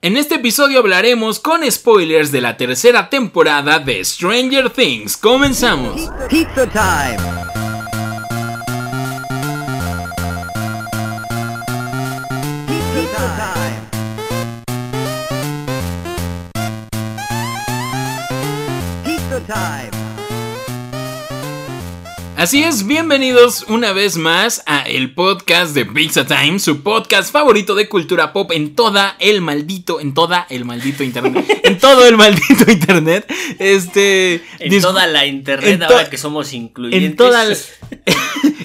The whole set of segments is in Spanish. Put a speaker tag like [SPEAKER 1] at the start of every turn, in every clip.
[SPEAKER 1] En este episodio hablaremos con spoilers de la tercera temporada de Stranger Things. Comenzamos.
[SPEAKER 2] Pizza time! Pizza time! Pizza time!
[SPEAKER 1] Así es, bienvenidos una vez más a el podcast de Pizza Time, su podcast favorito de cultura pop en toda el maldito, en toda el maldito internet, en todo el maldito internet. Este
[SPEAKER 3] En
[SPEAKER 1] dis-
[SPEAKER 3] toda la internet
[SPEAKER 1] en to-
[SPEAKER 3] ahora que somos incluyentes.
[SPEAKER 1] en toda la-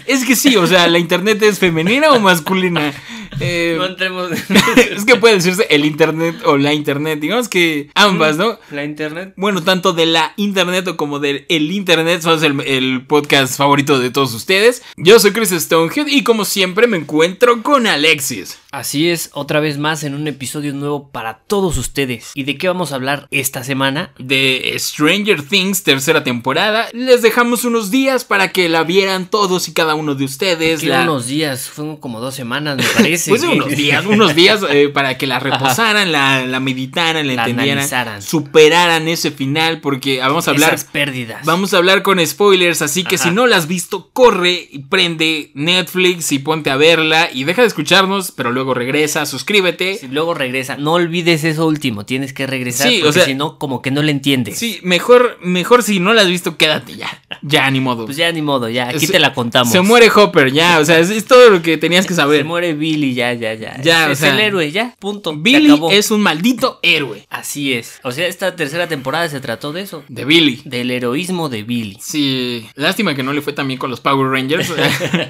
[SPEAKER 1] Es que sí, o sea, la internet es femenina o masculina. Eh,
[SPEAKER 3] No entremos.
[SPEAKER 1] es que puede decirse el internet o la internet, digamos que ambas, ¿no?
[SPEAKER 3] La internet.
[SPEAKER 1] Bueno, tanto de la internet o como del el internet, somos el, el podcast favorito de todos ustedes. Yo soy Chris Stonehead y como siempre me encuentro con Alexis.
[SPEAKER 3] Así es, otra vez más en un episodio nuevo para todos ustedes. ¿Y de qué vamos a hablar esta semana?
[SPEAKER 1] De Stranger Things, tercera temporada. Les dejamos unos días para que la vieran todos y cada uno de ustedes.
[SPEAKER 3] Que
[SPEAKER 1] la-
[SPEAKER 3] unos días, fueron como dos semanas, me parece.
[SPEAKER 1] Pues unos días, unos días eh, para que la reposaran, la, la meditaran, la,
[SPEAKER 3] La
[SPEAKER 1] entendieran,
[SPEAKER 3] analizaran.
[SPEAKER 1] superaran ese final, porque ah, vamos a hablar
[SPEAKER 3] Esas pérdidas.
[SPEAKER 1] Vamos a hablar con spoilers, así que
[SPEAKER 3] Ajá.
[SPEAKER 1] si no la has visto, corre y prende Netflix y ponte a verla y deja de escucharnos, pero luego regresa, suscríbete.
[SPEAKER 3] Si
[SPEAKER 1] Sí,
[SPEAKER 3] luego regresa, no olvides eso último, tienes que regresar
[SPEAKER 1] Sí, o
[SPEAKER 3] porque
[SPEAKER 1] sea-
[SPEAKER 3] si no, como que no le entiendes.
[SPEAKER 1] mejor, mejor si no la has visto, quédate ya. Ya, ni modo.
[SPEAKER 3] Pues ya ni modo, ya, aquí
[SPEAKER 1] Se-
[SPEAKER 3] te la contamos.
[SPEAKER 1] Se muere Hopper, ya, o sea, es, es todo lo que tenías que
[SPEAKER 3] Se
[SPEAKER 1] saber.
[SPEAKER 3] muere Billy, ya, ya, ya.
[SPEAKER 1] Ya,
[SPEAKER 3] es
[SPEAKER 1] o sea,
[SPEAKER 3] el héroe, ya, punto. se
[SPEAKER 1] Billy
[SPEAKER 3] acabó.
[SPEAKER 1] es un maldito héroe
[SPEAKER 3] Así es. O sea, esta tercera temporada se trató de eso.
[SPEAKER 1] de Billy.
[SPEAKER 3] Del heroísmo de Billy.
[SPEAKER 1] Sí, lástima que no le fue tan bien con los Power Rangers,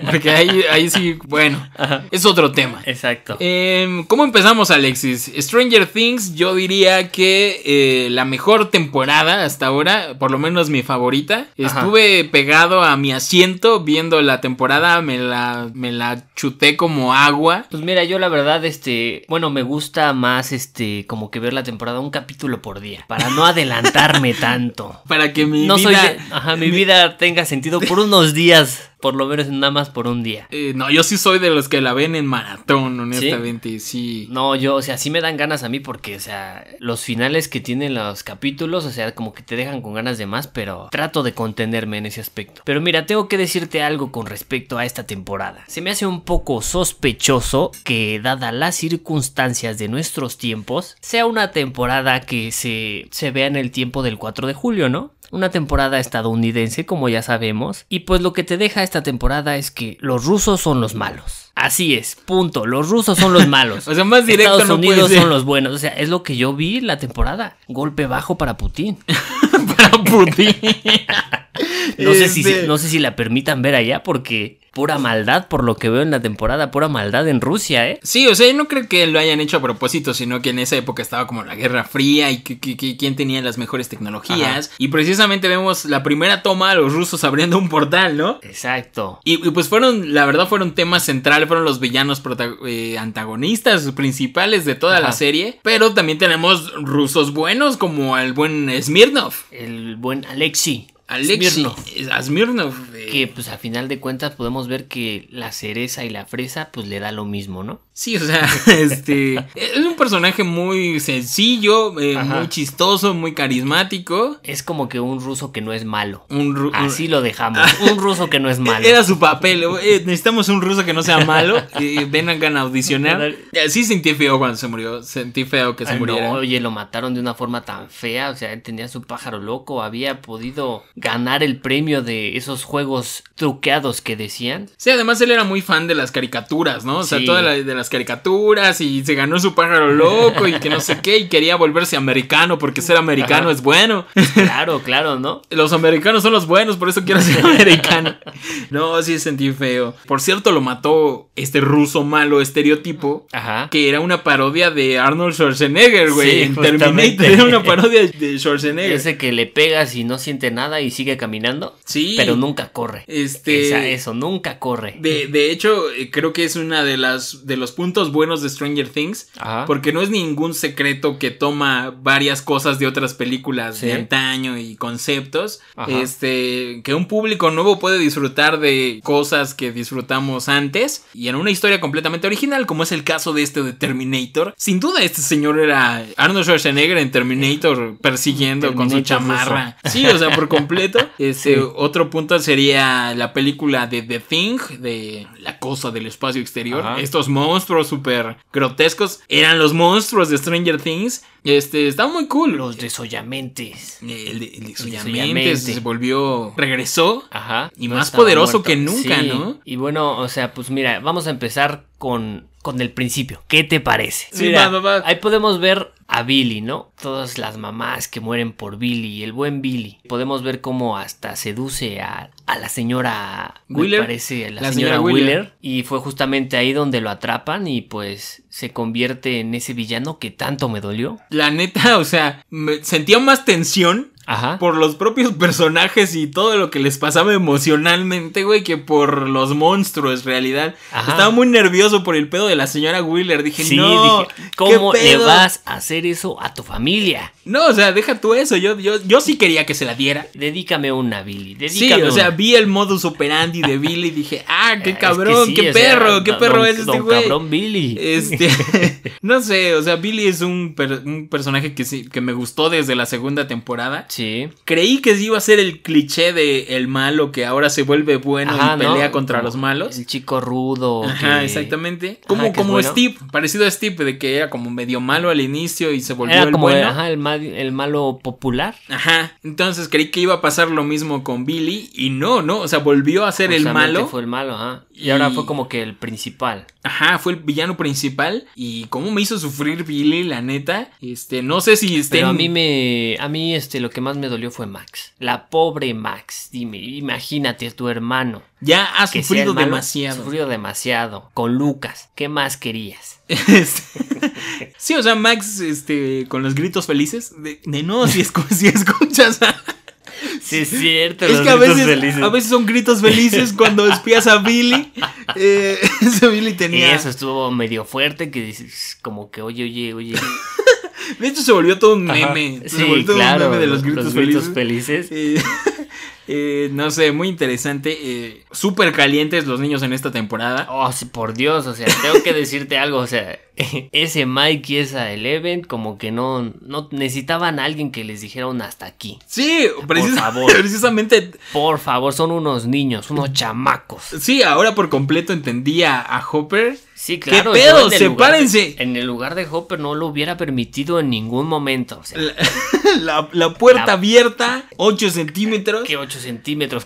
[SPEAKER 1] porque ahí, ahí sí, bueno, es otro tema.
[SPEAKER 3] Exacto.
[SPEAKER 1] Em, ¿Cómo empezamos, Alexis? Stranger Things, yo diría que eh, la mejor temporada hasta ahora, por lo menos mi favorita.
[SPEAKER 3] Ajá.
[SPEAKER 1] Estuve pegado a mi asiento viendo la temporada, me la, me la chuté como agua.
[SPEAKER 3] Pues mira, yo la verdad, este, bueno, me gusta más, este, como que ver la temporada un capítulo por día, para no adelantarme tanto.
[SPEAKER 1] Para que mi
[SPEAKER 3] no
[SPEAKER 1] vida.
[SPEAKER 3] soy, de- ajá, mi vida tenga sentido por unos días, por lo menos nada más por un día.
[SPEAKER 1] Eh, no, yo sí soy de los que la ven en maratón, honestamente, sí.
[SPEAKER 3] No, yo, o sea, sí me dan ganas a mí porque, o sea, los finales que tienen los capítulos, o sea, como que te dejan con ganas de más, pero trato de contenerme en ese aspecto. Pero mira, tengo que decirte algo con respecto a esta temporada. Se me hace un poco sospechoso que, dada las circunstancias de nuestros tiempos, sea una temporada que se, se vea en el tiempo del 4 de julio, ¿no? Una temporada estadounidense, como ya sabemos. Y pues lo que te deja esta temporada es que los rusos son los malos. Así es, punto. Los rusos son los malos.
[SPEAKER 1] O sea, más directo
[SPEAKER 3] Estados
[SPEAKER 1] no puede
[SPEAKER 3] Unidos
[SPEAKER 1] ser.
[SPEAKER 3] son los buenos. O sea, es lo que yo vi la temporada. Golpe bajo para Putin.
[SPEAKER 1] Para Putin.
[SPEAKER 3] No sé, si,
[SPEAKER 1] Este-
[SPEAKER 3] no sé si la permitan ver allá porque pura maldad por lo que veo en la temporada. Pura maldad en Rusia, ¿eh?
[SPEAKER 1] Sí, o sea, yo no creo que lo hayan hecho a propósito, sino que en esa época estaba como la Guerra Fría y que, que- que- quién tenía las mejores tecnologías. Y precisamente vemos la primera toma a los rusos abriendo un portal, ¿no?
[SPEAKER 3] Exacto.
[SPEAKER 1] Y, y pues fueron, la verdad, fueron temas central, fueron los villanos prota- eh, antagonistas principales de toda la
[SPEAKER 3] Ajá.
[SPEAKER 1] serie. Pero también tenemos rusos buenos, como el buen Smirnov.
[SPEAKER 3] El buen Alexi.
[SPEAKER 1] Alexei
[SPEAKER 3] Smirnov.
[SPEAKER 1] eh, a Smirnov. eh,
[SPEAKER 3] Que pues a final de cuentas podemos ver que la cereza y la fresa pues le da lo mismo, ¿no?
[SPEAKER 1] Sí, o sea, este es un personaje muy sencillo, eh,
[SPEAKER 3] Ajá.
[SPEAKER 1] muy chistoso, muy carismático.
[SPEAKER 3] Es como que un ruso que no es malo.
[SPEAKER 1] Un ru-
[SPEAKER 3] Así lo dejamos. Un ruso que no es malo.
[SPEAKER 1] Mm, Era su papel. eh, necesitamos un ruso que no sea malo. eh, ven acá a audicionar. Eh, Sí sentí feo cuando se murió. Sentí feo que se
[SPEAKER 3] Ay,
[SPEAKER 1] muriera.
[SPEAKER 3] no, oye, lo mataron de una forma tan fea. O sea, él tenía su pájaro loco. Había podido ganar el premio de esos juegos truqueados que decían.
[SPEAKER 1] Sí, además él era muy fan de las caricaturas, ¿no? O sea,
[SPEAKER 3] Sí.
[SPEAKER 1] todas la- de las caricaturas y se ganó su pájaro loco y que no sé qué y quería volverse americano porque ser americano es bueno.
[SPEAKER 3] Claro, claro, ¿no?
[SPEAKER 1] Los americanos son los buenos, por eso quiero ser americano. No, sí sentí feo. Por cierto, lo mató este ruso malo estereotipo.
[SPEAKER 3] Ajá.
[SPEAKER 1] que era una parodia de Arnold Schwarzenegger, güey.
[SPEAKER 3] Sí,
[SPEAKER 1] en
[SPEAKER 3] justamente.
[SPEAKER 1] Terminator era una parodia de Schwarzenegger.
[SPEAKER 3] Ese que le pegas y no siente nada y sigue caminando.
[SPEAKER 1] Sí.
[SPEAKER 3] Pero nunca corre.
[SPEAKER 1] Este-
[SPEAKER 3] Esa- eso, nunca corre.
[SPEAKER 1] De, de hecho, eh, creo que es una de las de los puntos buenos de Stranger Things.
[SPEAKER 3] Ajá.
[SPEAKER 1] Porque no es ningún secreto que toma varias cosas de otras películas
[SPEAKER 3] Sí.
[SPEAKER 1] de antaño y conceptos.
[SPEAKER 3] Ajá.
[SPEAKER 1] Este, que un público nuevo puede disfrutar de cosas que disfrutamos antes y en una historia completamente original, como es el caso de este de Terminator. Sin duda, este señor era Arnold Schwarzenegger en Terminator persiguiendo con su
[SPEAKER 3] Eh, Terminator
[SPEAKER 1] chamarra. Sí, o sea, por completo. Este,
[SPEAKER 3] Sí.
[SPEAKER 1] otro punto sería la película de The Thing, de la cosa del espacio exterior. Este
[SPEAKER 3] Ajá.
[SPEAKER 1] Estos monstruos súper grotescos eran los monstruos de Stranger Things. Este, está muy cool.
[SPEAKER 3] Los desollamentes.
[SPEAKER 1] El de, el de Soyamentes
[SPEAKER 3] Soyamentes.
[SPEAKER 1] se volvió, regresó.
[SPEAKER 3] Ajá.
[SPEAKER 1] Y
[SPEAKER 3] No
[SPEAKER 1] más
[SPEAKER 3] estaba
[SPEAKER 1] poderoso
[SPEAKER 3] muerto.
[SPEAKER 1] que nunca,
[SPEAKER 3] Sí.
[SPEAKER 1] ¿no?
[SPEAKER 3] Y bueno, o sea, pues mira, vamos a empezar con, con el principio. ¿Qué te parece?
[SPEAKER 1] Sí,
[SPEAKER 3] Mira,
[SPEAKER 1] va, va, va.
[SPEAKER 3] Ahí podemos ver a Billy, ¿no? Todas las mamás que mueren por Billy, el buen Billy. Podemos ver cómo hasta seduce a, a la señora me
[SPEAKER 1] Wheeler.
[SPEAKER 3] parece, a la,
[SPEAKER 1] La
[SPEAKER 3] señora,
[SPEAKER 1] señora
[SPEAKER 3] Wheeler.
[SPEAKER 1] Wheeler.
[SPEAKER 3] Y fue justamente ahí donde lo atrapan y pues se convierte en ese villano que tanto me dolió.
[SPEAKER 1] La neta, o sea, me- sentía más tensión
[SPEAKER 3] Ajá.
[SPEAKER 1] por los propios personajes y todo lo que les pasaba emocionalmente, güey, que por los monstruos, en realidad.
[SPEAKER 3] Ajá.
[SPEAKER 1] Estaba muy nervioso por el pedo de la señora Wheeler. Dije,
[SPEAKER 3] Sí,
[SPEAKER 1] no,
[SPEAKER 3] dije, ¿cómo
[SPEAKER 1] ¿qué
[SPEAKER 3] le
[SPEAKER 1] pedo?".
[SPEAKER 3] vas a hacer eso a tu familia?
[SPEAKER 1] No, o sea, deja tú eso. Yo, yo, yo sí quería que se la diera.
[SPEAKER 3] Dedícame una, Billy.
[SPEAKER 1] Sí,
[SPEAKER 3] Dedícame
[SPEAKER 1] o sea,
[SPEAKER 3] una.
[SPEAKER 1] vi el modus operandi de Billy y dije, ah,
[SPEAKER 3] Eh,
[SPEAKER 1] qué
[SPEAKER 3] es que
[SPEAKER 1] cabrón,
[SPEAKER 3] sí,
[SPEAKER 1] qué
[SPEAKER 3] o sea,
[SPEAKER 1] perro, qué
[SPEAKER 3] don-
[SPEAKER 1] perro
[SPEAKER 3] don-
[SPEAKER 1] es este
[SPEAKER 3] don
[SPEAKER 1] güey.
[SPEAKER 3] cabrón Billy.
[SPEAKER 1] Este, no sé, o sea, Billy es un, per- un personaje que sí, que me gustó desde la segunda temporada.
[SPEAKER 3] Sí.
[SPEAKER 1] Creí que sí iba a ser el cliché de el malo que ahora se vuelve bueno
[SPEAKER 3] Ajá,
[SPEAKER 1] y
[SPEAKER 3] ¿no?
[SPEAKER 1] pelea contra
[SPEAKER 3] Como
[SPEAKER 1] los malos.
[SPEAKER 3] El chico rudo.
[SPEAKER 1] Ajá,
[SPEAKER 3] que
[SPEAKER 1] exactamente.
[SPEAKER 3] Ajá,
[SPEAKER 1] Como,
[SPEAKER 3] que es
[SPEAKER 1] como
[SPEAKER 3] bueno.
[SPEAKER 1] Steve, parecido a Steve, de que era como medio malo al inicio y se volvió
[SPEAKER 3] Era
[SPEAKER 1] el
[SPEAKER 3] como
[SPEAKER 1] bueno.
[SPEAKER 3] ajá, el, ma- el malo popular.
[SPEAKER 1] Ajá, entonces creí que iba a pasar lo mismo con Billy y no, no, o sea, volvió a ser el
[SPEAKER 3] Justamente
[SPEAKER 1] malo.
[SPEAKER 3] Fue el malo, ajá. Y,
[SPEAKER 1] Y-
[SPEAKER 3] ahora fue como que el principal.
[SPEAKER 1] Ajá, fue el villano principal y cómo me hizo sufrir Billy, la neta. Este, no sé si estén...
[SPEAKER 3] Pero a mí me. A mí, este, lo que más me dolió fue Max. La pobre Max. Dime, imagínate tu hermano.
[SPEAKER 1] Ya ha
[SPEAKER 3] que sea el
[SPEAKER 1] sufrido
[SPEAKER 3] malo,
[SPEAKER 1] demasiado.
[SPEAKER 3] Sufrido demasiado. Con Lucas. ¿Qué más querías?
[SPEAKER 1] Este, sí, o sea, Max, este, con los gritos felices, de, de no, si, escu- si escuchas... a-
[SPEAKER 3] Sí, es cierto.
[SPEAKER 1] es
[SPEAKER 3] los
[SPEAKER 1] que a
[SPEAKER 3] gritos
[SPEAKER 1] veces,
[SPEAKER 3] felices.
[SPEAKER 1] a veces son gritos felices cuando espías a Billy. Eh, ese Billy
[SPEAKER 3] Y
[SPEAKER 1] tenía...
[SPEAKER 3] eso estuvo medio fuerte. Que dices, como que, oye, oye, oye.
[SPEAKER 1] De hecho, se volvió todo un
[SPEAKER 3] Ajá.
[SPEAKER 1] meme. se
[SPEAKER 3] Sí,
[SPEAKER 1] volvió todo
[SPEAKER 3] claro.
[SPEAKER 1] un meme de los gritos felices.
[SPEAKER 3] felices.
[SPEAKER 1] Eh, eh, no sé, muy interesante. eh, Súper calientes los niños en esta temporada.
[SPEAKER 3] Oh, sí, por Dios, o sea, tengo que decirte algo, o sea, ese Mike y esa Eleven como que no, no necesitaban a alguien que les dijera un hasta aquí.
[SPEAKER 1] Sí, precisa-
[SPEAKER 3] favor.
[SPEAKER 1] precisamente.
[SPEAKER 3] Por favor, son unos niños, unos chamacos.
[SPEAKER 1] Sí, ahora por completo entendía a Hopper.
[SPEAKER 3] Sí, claro.
[SPEAKER 1] ¿Qué
[SPEAKER 3] yo
[SPEAKER 1] pedo?
[SPEAKER 3] en el lugar de-
[SPEAKER 1] Sepárense.
[SPEAKER 3] en el lugar de Hopper no lo hubiera permitido en ningún momento. O sea,
[SPEAKER 1] La, la- la puerta
[SPEAKER 3] La-
[SPEAKER 1] abierta, 8 centímetros.
[SPEAKER 3] que 8 centímetros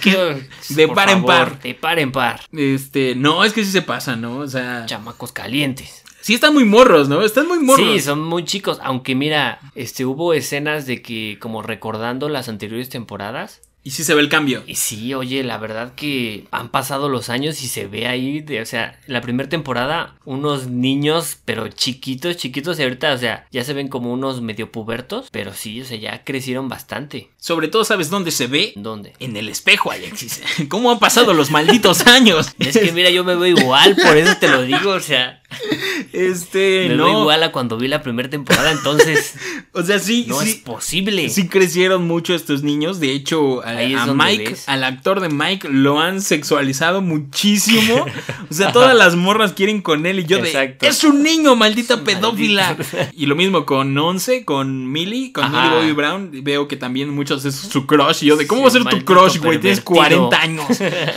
[SPEAKER 3] que-
[SPEAKER 1] De
[SPEAKER 3] por
[SPEAKER 1] par en par.
[SPEAKER 3] De par en par.
[SPEAKER 1] Este, no, es que sí se pasa, ¿no? O sea,
[SPEAKER 3] Chamacos calientes.
[SPEAKER 1] sí están muy morros, ¿no? Están muy morros.
[SPEAKER 3] Sí, son muy chicos. Aunque mira, este hubo escenas de que, como recordando las anteriores temporadas.
[SPEAKER 1] Y sí se ve el cambio.
[SPEAKER 3] Y sí, oye, la verdad que han pasado los años y se ve ahí, de- o sea, la primera temporada, unos niños, pero chiquitos, chiquitos, y ahorita, o sea, ya se ven como unos medio pubertos, pero sí, o sea, ya crecieron bastante.
[SPEAKER 1] Sobre todo, ¿sabes dónde se ve?
[SPEAKER 3] ¿Dónde?
[SPEAKER 1] En el espejo, Alexis. ¿Cómo han pasado los malditos años?
[SPEAKER 3] Es que mira, yo me veo igual, por eso te lo digo, o sea,
[SPEAKER 1] Este,
[SPEAKER 3] me
[SPEAKER 1] no.
[SPEAKER 3] veo igual a cuando vi la primera temporada, entonces
[SPEAKER 1] O sea, sí,
[SPEAKER 3] no es
[SPEAKER 1] sí,
[SPEAKER 3] posible.
[SPEAKER 1] sí crecieron mucho estos niños. De hecho, a,
[SPEAKER 3] Ahí es
[SPEAKER 1] a
[SPEAKER 3] donde
[SPEAKER 1] Mike,
[SPEAKER 3] ves.
[SPEAKER 1] al actor de Mike, lo han sexualizado muchísimo. O sea, todas las morras quieren con él y yo
[SPEAKER 3] Exacto.
[SPEAKER 1] de... Es un niño, maldita
[SPEAKER 3] maldito".
[SPEAKER 1] pedófila. Y lo mismo con Once, con Millie, con
[SPEAKER 3] Ajá.
[SPEAKER 1] Millie Bobby Brown. Veo que también muchos es su crush. Y yo de, ¿cómo
[SPEAKER 3] Sí,
[SPEAKER 1] va a ser tu
[SPEAKER 3] maldito
[SPEAKER 1] crush, güey? Tienes
[SPEAKER 3] pervertido".
[SPEAKER 1] 40 años.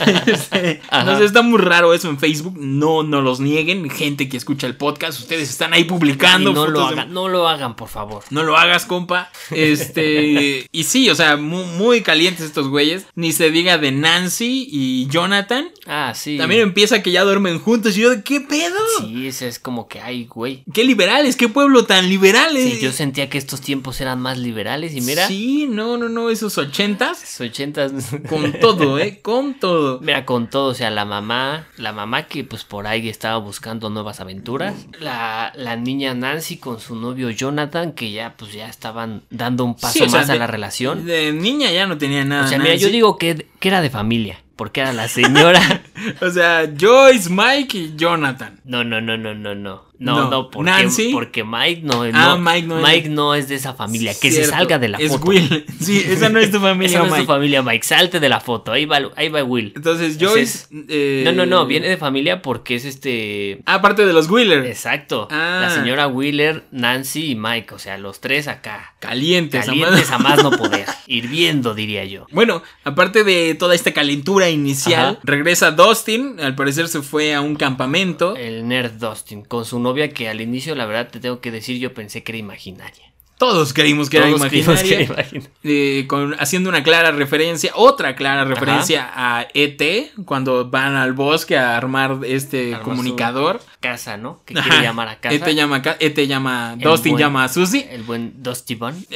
[SPEAKER 1] Este,
[SPEAKER 3] Ajá.
[SPEAKER 1] no sé, está muy raro eso en Facebook. No, no los nieguen. Gente que escucha el podcast, ustedes están ahí
[SPEAKER 3] Y
[SPEAKER 1] publicando.
[SPEAKER 3] no lo
[SPEAKER 1] fotos de-
[SPEAKER 3] hagan, no lo hagan, por favor.
[SPEAKER 1] no lo hagas, compa. Este. y sí, o sea, mu- muy, calientes estos güeyes. Ni se diga de Nancy y Jonathan.
[SPEAKER 3] Ah, sí.
[SPEAKER 1] También empieza que ya duermen juntos. Y yo, de, ¿qué pedo?
[SPEAKER 3] Sí, ese es como que, ay, güey.
[SPEAKER 1] ¿Qué liberales? ¿Qué pueblo tan liberales?
[SPEAKER 3] Sí, yo sentía que estos tiempos eran más liberales y mira,
[SPEAKER 1] Sí, no, no, no, esos ochentas.
[SPEAKER 3] los 80
[SPEAKER 1] Con todo, ¿eh? Con todo.
[SPEAKER 3] Mira, con todo, o sea, la mamá, la mamá que pues por ahí estaba buscando nuevas las aventuras. La, la niña Nancy con su novio Jonathan, que ya pues ya estaban dando un paso
[SPEAKER 1] Sí, o sea,
[SPEAKER 3] más a
[SPEAKER 1] de-
[SPEAKER 3] la relación.
[SPEAKER 1] De niña ya no tenía nada.
[SPEAKER 3] o sea, mira, yo
[SPEAKER 1] Nancy.
[SPEAKER 3] digo que, que era de familia, porque era la señora.
[SPEAKER 1] O sea, Joyce, Mike y Jonathan.
[SPEAKER 3] No, no, no, no, no, no. No,
[SPEAKER 1] No.
[SPEAKER 3] no, porque,
[SPEAKER 1] ¿Nancy?
[SPEAKER 3] porque Mike no,
[SPEAKER 1] Ah,
[SPEAKER 3] no-
[SPEAKER 1] Mike no es-
[SPEAKER 3] no es de esa familia. Que se
[SPEAKER 1] Cierto,
[SPEAKER 3] salga de la
[SPEAKER 1] es
[SPEAKER 3] foto.
[SPEAKER 1] Will. Sí, esa no es tu familia,
[SPEAKER 3] Esa no es
[SPEAKER 1] Mike.
[SPEAKER 3] tu familia, Mike. Salte de la foto. Ahí va, ahí va Will.
[SPEAKER 1] Entonces, Joyce.
[SPEAKER 3] Entonces,
[SPEAKER 1] eh,
[SPEAKER 3] No, no, no. Viene de familia porque es este.
[SPEAKER 1] Ah, Aparte de los Wheeler.
[SPEAKER 3] Exacto.
[SPEAKER 1] Ah.
[SPEAKER 3] La señora Wheeler, Nancy y Mike. O sea, los tres acá.
[SPEAKER 1] Calientes,
[SPEAKER 3] Calientes
[SPEAKER 1] amado.
[SPEAKER 3] a más no poder. Hirviendo, diría yo.
[SPEAKER 1] Bueno, aparte de toda esta calentura inicial,
[SPEAKER 3] Ajá.
[SPEAKER 1] regresa Dustin. Al parecer se fue a un campamento.
[SPEAKER 3] El nerd Dustin con su novia que al inicio, la verdad, te tengo que decir, yo pensé que era imaginaria.
[SPEAKER 1] Todos creímos que
[SPEAKER 3] Todos
[SPEAKER 1] era
[SPEAKER 3] creímos que
[SPEAKER 1] imaginaria.
[SPEAKER 3] era imaginaria.
[SPEAKER 1] eh, con- haciendo una clara referencia, otra clara referencia a ET, cuando van al bosque a armar este
[SPEAKER 3] Armar su-
[SPEAKER 1] comunicador.
[SPEAKER 3] Casa, ¿no? Que
[SPEAKER 1] Ajá.
[SPEAKER 3] quiere llamar a casa.
[SPEAKER 1] ET llama a ca- ET llama,
[SPEAKER 3] El
[SPEAKER 1] Dustin
[SPEAKER 3] buen- Eh.
[SPEAKER 1] llama a Susie.
[SPEAKER 3] El buen Dusty Bun.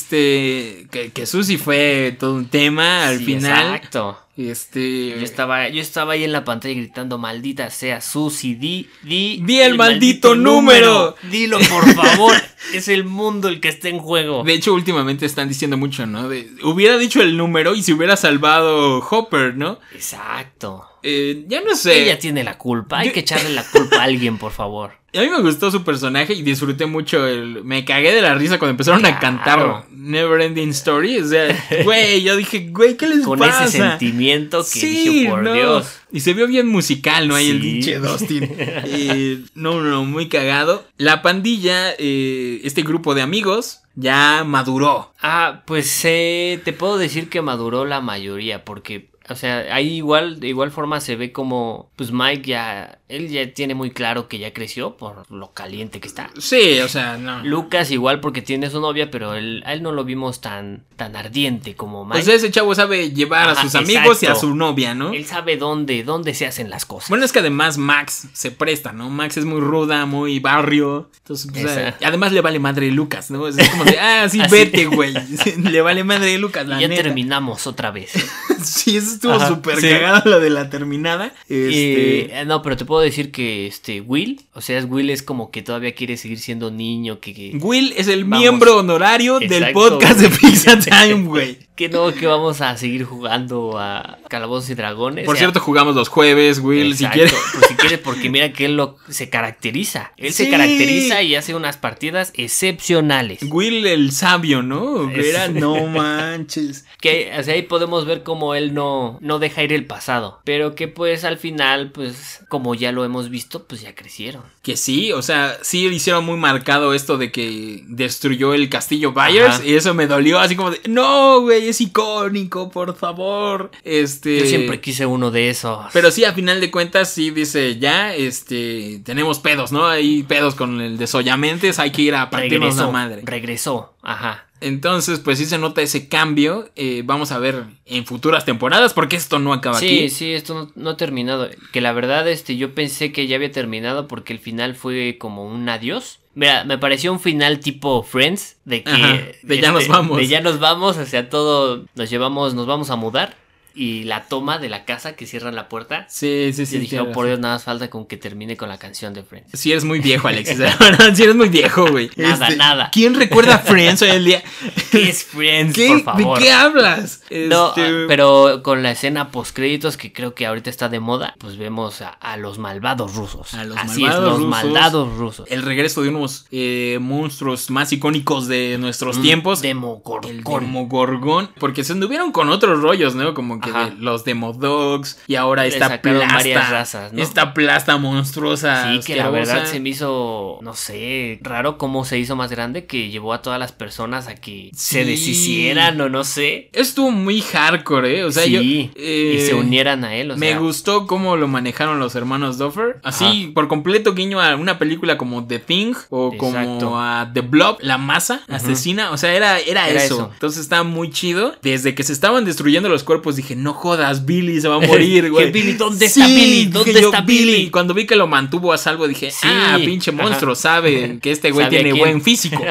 [SPEAKER 1] Este, que, que Susie fue todo un tema al
[SPEAKER 3] Sí,
[SPEAKER 1] final.
[SPEAKER 3] Exacto.
[SPEAKER 1] Este,
[SPEAKER 3] Yo estaba, yo estaba ahí en la pantalla gritando, maldita sea Susi, di, di.
[SPEAKER 1] Di el maldito número".
[SPEAKER 3] Dilo, por favor. es el mundo el que está en juego.
[SPEAKER 1] de hecho, últimamente están diciendo mucho, ¿no? De, hubiera dicho el número y se hubiera salvado Hopper, ¿no?
[SPEAKER 3] Exacto.
[SPEAKER 1] Eh, ya no sé.
[SPEAKER 3] Ella tiene la culpa. Hay
[SPEAKER 1] Yo-
[SPEAKER 3] que echarle la culpa a alguien, por favor.
[SPEAKER 1] A mí me gustó su personaje y disfruté mucho el... Me cagué de la risa cuando empezaron a
[SPEAKER 3] Claro.
[SPEAKER 1] cantarlo. Never Ending Story. O sea, güey, yo dije, güey, ¿qué les
[SPEAKER 3] Con
[SPEAKER 1] pasa?
[SPEAKER 3] ese sentimiento que
[SPEAKER 1] Sí,
[SPEAKER 3] dije, por
[SPEAKER 1] no.
[SPEAKER 3] Dios.
[SPEAKER 1] Y se vio bien musical, ¿no? Ahí el
[SPEAKER 3] Sí.
[SPEAKER 1] pinche Dustin. Eh, no, no, muy cagado. La pandilla, eh, este grupo de amigos, ya maduró.
[SPEAKER 3] Ah, pues eh, te puedo decir que maduró la mayoría, porque, o sea, ahí igual, de igual forma se ve como, pues Mike ya, él ya tiene muy claro que ya creció por lo caliente que está.
[SPEAKER 1] Sí, o sea, no.
[SPEAKER 3] Lucas igual porque tiene su novia, pero él, a él no lo vimos tan, tan ardiente como Mike.
[SPEAKER 1] O sea, Pues ese chavo sabe llevar
[SPEAKER 3] Ajá,
[SPEAKER 1] a sus amigos y a
[SPEAKER 3] exacto.
[SPEAKER 1] su novia, ¿no?
[SPEAKER 3] él sabe dónde, dónde se hacen las cosas.
[SPEAKER 1] Bueno, es que además Max se presta, ¿no? Max es muy ruda, muy barrio. Entonces, pues,
[SPEAKER 3] Esa.
[SPEAKER 1] eh, además le vale madre Lucas, ¿no? O sea, Es como de, ah, sí,
[SPEAKER 3] Así.
[SPEAKER 1] vete, güey. Sí, le vale madre Lucas, la
[SPEAKER 3] Y ya
[SPEAKER 1] neta.
[SPEAKER 3] terminamos otra vez.
[SPEAKER 1] Sí, eso estuvo
[SPEAKER 3] Ajá,
[SPEAKER 1] súper
[SPEAKER 3] sí.
[SPEAKER 1] cagado lo de la terminada. Este,
[SPEAKER 3] Eh, no, pero te puedo decir que este Will, o sea, Will es como que todavía quiere seguir siendo niño, que, que,
[SPEAKER 1] Will es el
[SPEAKER 3] eh, vamos.
[SPEAKER 1] miembro honorario del
[SPEAKER 3] Exacto,
[SPEAKER 1] podcast de
[SPEAKER 3] güey.
[SPEAKER 1] Pizza Time, güey.
[SPEAKER 3] que no, que vamos a seguir jugando a Calabozos y Dragones.
[SPEAKER 1] Por
[SPEAKER 3] O sea,
[SPEAKER 1] cierto, jugamos los jueves, Will,
[SPEAKER 3] Exacto,
[SPEAKER 1] si quieres.
[SPEAKER 3] Pues si quieres, porque mira que él lo, se caracteriza. Él
[SPEAKER 1] Sí.
[SPEAKER 3] se caracteriza y hace unas partidas excepcionales.
[SPEAKER 1] Will el sabio, ¿no?
[SPEAKER 3] Es-
[SPEAKER 1] Era, no manches.
[SPEAKER 3] Que o sea, ahí podemos ver cómo él no, no deja ir el pasado. Pero que pues al final, pues como ya lo hemos visto, pues ya crecieron.
[SPEAKER 1] Que sí, o sea, sí le hicieron muy marcado esto de que destruyó el castillo Byers
[SPEAKER 3] Ajá.
[SPEAKER 1] y eso me dolió así como de, no, güey, es icónico, por favor. Este...
[SPEAKER 3] Yo siempre quise uno de esos.
[SPEAKER 1] Pero sí, a final de cuentas, sí dice, ya, este, tenemos pedos, ¿no? Hay pedos con el desollamentes, hay que ir a partirnos la
[SPEAKER 3] regresó,
[SPEAKER 1] madre.
[SPEAKER 3] regresó. Ajá.
[SPEAKER 1] Entonces, pues sí se nota ese cambio. eh, vamos a ver en futuras temporadas, porque esto no acaba
[SPEAKER 3] Sí,
[SPEAKER 1] aquí.
[SPEAKER 3] sí, esto no, no ha terminado. Que la verdad, este, yo pensé que ya había terminado porque el final fue como un adiós. Mira, me pareció un final tipo Friends, de que
[SPEAKER 1] Ajá, de ya
[SPEAKER 3] este,
[SPEAKER 1] nos vamos.
[SPEAKER 3] De ya nos vamos, o sea, todo nos llevamos, nos vamos a mudar y la toma de la casa que cierran la puerta.
[SPEAKER 1] Sí, sí,
[SPEAKER 3] Y
[SPEAKER 1] sí.
[SPEAKER 3] dije,
[SPEAKER 1] tienes
[SPEAKER 3] "Oh, por
[SPEAKER 1] razón.
[SPEAKER 3] Dios, nada más falta con que termine con la canción de Friends.
[SPEAKER 1] Sí eres muy viejo, Alexis. la verdad, sí eres muy viejo, güey.
[SPEAKER 3] Nada, nada.
[SPEAKER 1] ¿Quién recuerda a Friends hoy en día?
[SPEAKER 3] ¿Qué es Friends,
[SPEAKER 1] ¿Qué-
[SPEAKER 3] por favor?
[SPEAKER 1] ¿De qué hablas?
[SPEAKER 3] No,
[SPEAKER 1] Este,
[SPEAKER 3] ah, pero con la escena post créditos que creo que ahorita está de moda, pues vemos a, a los malvados rusos.
[SPEAKER 1] A los
[SPEAKER 3] Así
[SPEAKER 1] malvados
[SPEAKER 3] es, los
[SPEAKER 1] rusos.
[SPEAKER 3] malvados rusos.
[SPEAKER 1] El regreso de unos eh, monstruos más icónicos de nuestros
[SPEAKER 3] Mm,
[SPEAKER 1] tiempos. El
[SPEAKER 3] Demogorgon.
[SPEAKER 1] Demogorgón, porque se anduvieron con otros rollos, ¿no? Como que
[SPEAKER 3] Ajá.
[SPEAKER 1] de los Demodogs y ahora
[SPEAKER 3] Le
[SPEAKER 1] esta
[SPEAKER 3] sacaron
[SPEAKER 1] plasta,
[SPEAKER 3] varias razas, ¿no?
[SPEAKER 1] esta plasta monstruosa.
[SPEAKER 3] Sí, que la verdad
[SPEAKER 1] asquerosa.
[SPEAKER 3] se me hizo, no sé, raro cómo se hizo más grande que llevó a todas las personas a que se
[SPEAKER 1] Sí.
[SPEAKER 3] deshicieran o no sé.
[SPEAKER 1] Estuvo muy hardcore, ¿eh? O sea, yo.
[SPEAKER 3] sí, y
[SPEAKER 1] eh,
[SPEAKER 3] se unieran a él, o
[SPEAKER 1] me
[SPEAKER 3] sea,
[SPEAKER 1] gustó cómo lo manejaron los hermanos Duffer. Así, por completo guiño a una película como The Thing o
[SPEAKER 3] Exacto.
[SPEAKER 1] como a The Blob, la masa asesina. O sea, era, era,
[SPEAKER 3] Era
[SPEAKER 1] eso.
[SPEAKER 3] eso.
[SPEAKER 1] Entonces estaba muy chido. Desde que se estaban destruyendo los cuerpos, dije, dije, no jodas, Billy se va a morir, güey.
[SPEAKER 3] Que Billy, ¿dónde está Billy? ¿Dónde
[SPEAKER 1] dije yo,
[SPEAKER 3] está Billy?
[SPEAKER 1] Cuando vi que lo mantuvo a salvo, dije,
[SPEAKER 3] Sí.
[SPEAKER 1] ah, pinche
[SPEAKER 3] Ajá.
[SPEAKER 1] monstruo, sabe que este güey
[SPEAKER 3] Sabe a
[SPEAKER 1] tiene
[SPEAKER 3] quién.
[SPEAKER 1] buen físico.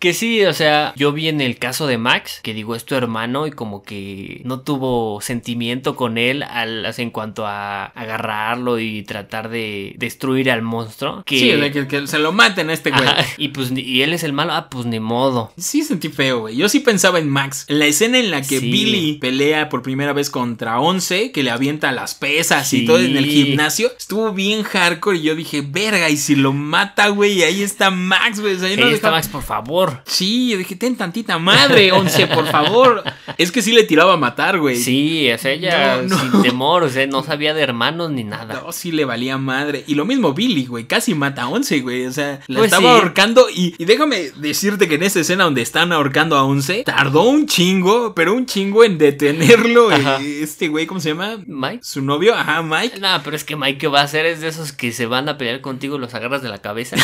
[SPEAKER 3] Que sí, o sea, yo vi en el caso de Max, que digo, es tu hermano y como que no tuvo sentimiento con él al, o sea, en cuanto a agarrarlo y tratar de destruir al monstruo. Que,
[SPEAKER 1] Sí, o sea, que, que se lo maten a este güey.
[SPEAKER 3] Ajá, y pues ni- y él es el malo, ah, pues ni modo.
[SPEAKER 1] Sí sentí feo, güey. Yo sí pensaba en Max. La escena en la que
[SPEAKER 3] Sí.
[SPEAKER 1] Billy pelea por primera vez contra Once, que le avienta las pesas y
[SPEAKER 3] Sí.
[SPEAKER 1] todo en el gimnasio, estuvo bien hardcore y yo dije, verga, y si lo mata, güey, y ahí está Max, güey. O sea, yo no
[SPEAKER 3] Ahí está
[SPEAKER 1] dejaba-
[SPEAKER 3] Max, por favor.
[SPEAKER 1] Sí, yo dije, ten tantita madre, Once, por favor. es que sí le tiraba a matar, güey.
[SPEAKER 3] Sí, o sea, ella
[SPEAKER 1] No, no.
[SPEAKER 3] sin temor, o sea, no sabía de hermanos ni nada.
[SPEAKER 1] No, sí le valía madre. Y lo mismo Billy, güey. Casi mata a Once, güey. O sea, la
[SPEAKER 3] Pues
[SPEAKER 1] estaba
[SPEAKER 3] sí.
[SPEAKER 1] ahorcando. Y, y déjame decirte que en esta escena donde están ahorcando a Once, tardó un chingo, pero un chingo en detenerlo. eh,
[SPEAKER 3] Ajá.
[SPEAKER 1] Este güey, ¿cómo se llama?
[SPEAKER 3] Mike.
[SPEAKER 1] Su novio, ajá, Mike.
[SPEAKER 3] No, pero es que Mike ¿qué va a hacer es de esos que se van a pelear contigo, los agarras de la cabeza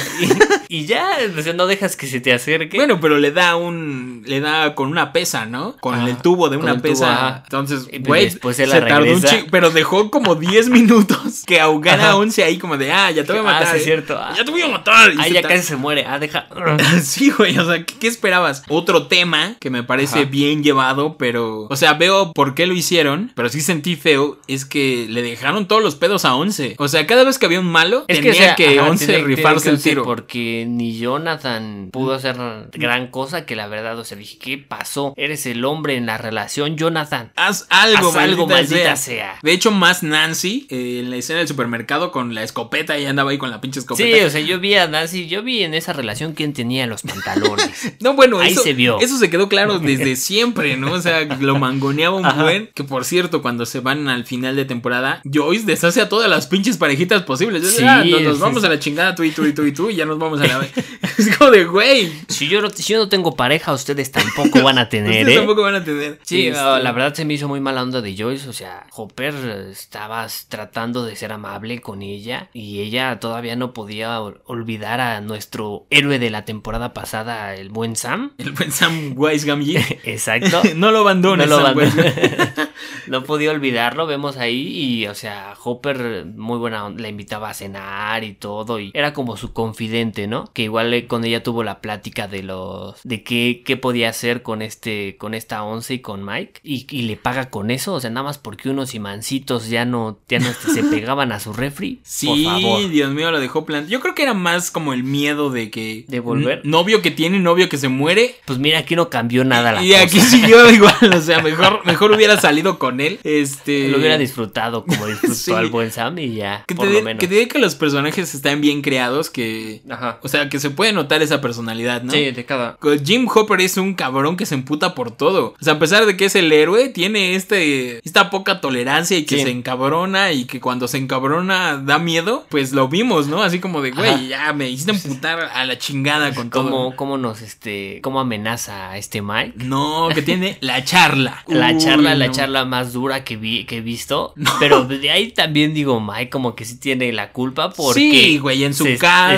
[SPEAKER 3] y, y ya, o sea, no dejas que se te acerque.
[SPEAKER 1] Bueno, pero le da un. Le da con una pesa, ¿no? Con
[SPEAKER 3] Ajá,
[SPEAKER 1] el tubo de
[SPEAKER 3] con
[SPEAKER 1] una
[SPEAKER 3] el tubo,
[SPEAKER 1] pesa.
[SPEAKER 3] ajá.
[SPEAKER 1] Entonces,
[SPEAKER 3] Y
[SPEAKER 1] güey.
[SPEAKER 3] después él la regresa.
[SPEAKER 1] chingo. Pero dejó como 10 minutos que ahogara
[SPEAKER 3] Ajá.
[SPEAKER 1] a Once ahí, como de, ah, ya te voy a
[SPEAKER 3] Ah,
[SPEAKER 1] matar.
[SPEAKER 3] sí,
[SPEAKER 1] eh.
[SPEAKER 3] es cierto. Ah.
[SPEAKER 1] Ya te voy a matar. Y
[SPEAKER 3] Ah,
[SPEAKER 1] se
[SPEAKER 3] ya
[SPEAKER 1] tar-
[SPEAKER 3] casi se muere. Ah, deja.
[SPEAKER 1] Sí, güey, o sea, ¿qué, qué esperabas? Otro tema que me parece
[SPEAKER 3] Ajá.
[SPEAKER 1] bien llevado, pero. O sea, veo por qué lo hicieron, pero sí sentí feo, es que le dejaron todos los pedos a Once. O sea, cada vez que había un malo, tenía que,
[SPEAKER 3] o sea, ajá,
[SPEAKER 1] Once
[SPEAKER 3] tiene- tiene
[SPEAKER 1] rifarse
[SPEAKER 3] que
[SPEAKER 1] el
[SPEAKER 3] Once
[SPEAKER 1] tiro.
[SPEAKER 3] Porque ni Jonathan pudo hacer gran cosa que la verdad, o sea, dije, ¿qué pasó? Eres el hombre en la relación, Jonathan.
[SPEAKER 1] Haz algo,
[SPEAKER 3] Haz algo, maldita sea.
[SPEAKER 1] De hecho, más Nancy eh, en la escena del supermercado con la escopeta, ella andaba ahí con la pinche escopeta.
[SPEAKER 3] Sí, o sea, yo vi a Nancy, yo vi en esa relación quién tenía los pantalones.
[SPEAKER 1] No, bueno,
[SPEAKER 3] Ahí
[SPEAKER 1] eso,
[SPEAKER 3] se vio.
[SPEAKER 1] eso se quedó claro desde siempre, ¿no? O sea, lo mangoneaba un buen. Que por cierto, cuando se van al final de temporada, Joyce deshace a todas las pinches parejitas posibles. Yo,
[SPEAKER 3] Sí,
[SPEAKER 1] ah, nos, nos
[SPEAKER 3] sí,
[SPEAKER 1] vamos
[SPEAKER 3] sí.
[SPEAKER 1] a la chingada tú y tú y tú y tú, y ya nos vamos a la. es como de, güey.
[SPEAKER 3] si, yo no, si yo no tengo pareja, ustedes tampoco van a tener,
[SPEAKER 1] Ustedes
[SPEAKER 3] ¿eh?
[SPEAKER 1] tampoco van a tener.
[SPEAKER 3] Sí,
[SPEAKER 1] Este,
[SPEAKER 3] no, la verdad se me hizo muy mala onda de Joyce, o sea, Hopper eh, estabas tratando de ser amable con ella y ella todavía no podía ol- olvidar a nuestro héroe de la temporada pasada, el buen Sam.
[SPEAKER 1] El buen Sam Weisgam
[SPEAKER 3] Exacto.
[SPEAKER 1] No lo abandones,
[SPEAKER 3] No lo
[SPEAKER 1] Sam
[SPEAKER 3] abandon-
[SPEAKER 1] Weisgam.
[SPEAKER 3] No podía olvidarlo, vemos ahí y, o sea, Hopper muy buena, onda, la invitaba a cenar y todo y era como su confidente, ¿no? Que igual eh, con ella tuvo la plática de los, de qué, qué podía hacer con este, con esta once y con Mike y, y le paga con eso, o sea, nada más porque unos imancitos ya no, ya no este, se pegaban a su refri.
[SPEAKER 1] Sí,
[SPEAKER 3] por favor.
[SPEAKER 1] Dios mío, lo dejó plan. Yo creo que era más como el miedo de que.
[SPEAKER 3] ¿De volver?
[SPEAKER 1] Novio que tiene, novio que se muere,
[SPEAKER 3] Pues mira, aquí no cambió nada la
[SPEAKER 1] Y
[SPEAKER 3] cosa.
[SPEAKER 1] aquí siguió igual, o sea, mejor, mejor hubiera salido con él. Este.
[SPEAKER 3] Lo hubiera disfrutado como disfrutó
[SPEAKER 1] Sí.
[SPEAKER 3] al buen Sam y ya,
[SPEAKER 1] que te,
[SPEAKER 3] por lo
[SPEAKER 1] dé-
[SPEAKER 3] menos.
[SPEAKER 1] que te dé que los personajes están bien creados, que.
[SPEAKER 3] Ajá.
[SPEAKER 1] O sea, que se puede notar esa personalidad, ¿no?
[SPEAKER 3] Sí, de cada,
[SPEAKER 1] Jim Hopper es un cabrón que se emputa por todo. O sea, a pesar de que es el héroe, tiene este, esta poca tolerancia y que
[SPEAKER 3] Sí.
[SPEAKER 1] se encabrona y que cuando se encabrona da miedo, pues lo vimos, ¿no? Así como de,
[SPEAKER 3] Ajá.
[SPEAKER 1] güey, ya me hiciste emputar a la chingada con todo.
[SPEAKER 3] ¿Cómo, cómo nos, este, cómo amenaza a este Mike?
[SPEAKER 1] No, que tiene la charla.
[SPEAKER 3] La charla,
[SPEAKER 1] Uy,
[SPEAKER 3] la
[SPEAKER 1] no.
[SPEAKER 3] charla más dura que vi, que he visto. Pero de ahí también digo, Mike como que sí tiene la culpa porque.
[SPEAKER 1] Sí, güey, en su
[SPEAKER 3] se- se
[SPEAKER 1] casa,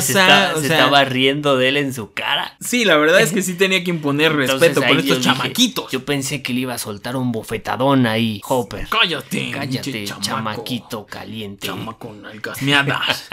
[SPEAKER 3] está-
[SPEAKER 1] o
[SPEAKER 3] se
[SPEAKER 1] sea-
[SPEAKER 3] estaba riendo de él en su cara.
[SPEAKER 1] Sí, la verdad es que sí tenía que imponer
[SPEAKER 3] Eh. Entonces,
[SPEAKER 1] respeto
[SPEAKER 3] ahí
[SPEAKER 1] con
[SPEAKER 3] yo
[SPEAKER 1] estos
[SPEAKER 3] dije,
[SPEAKER 1] chamaquitos.
[SPEAKER 3] Yo pensé que le iba a soltar un bofetadón ahí, Hopper.
[SPEAKER 1] Cállate,
[SPEAKER 3] Cállate,
[SPEAKER 1] pinche chamaco.
[SPEAKER 3] chamaquito caliente.
[SPEAKER 1] Chamaco nalgasmeadas.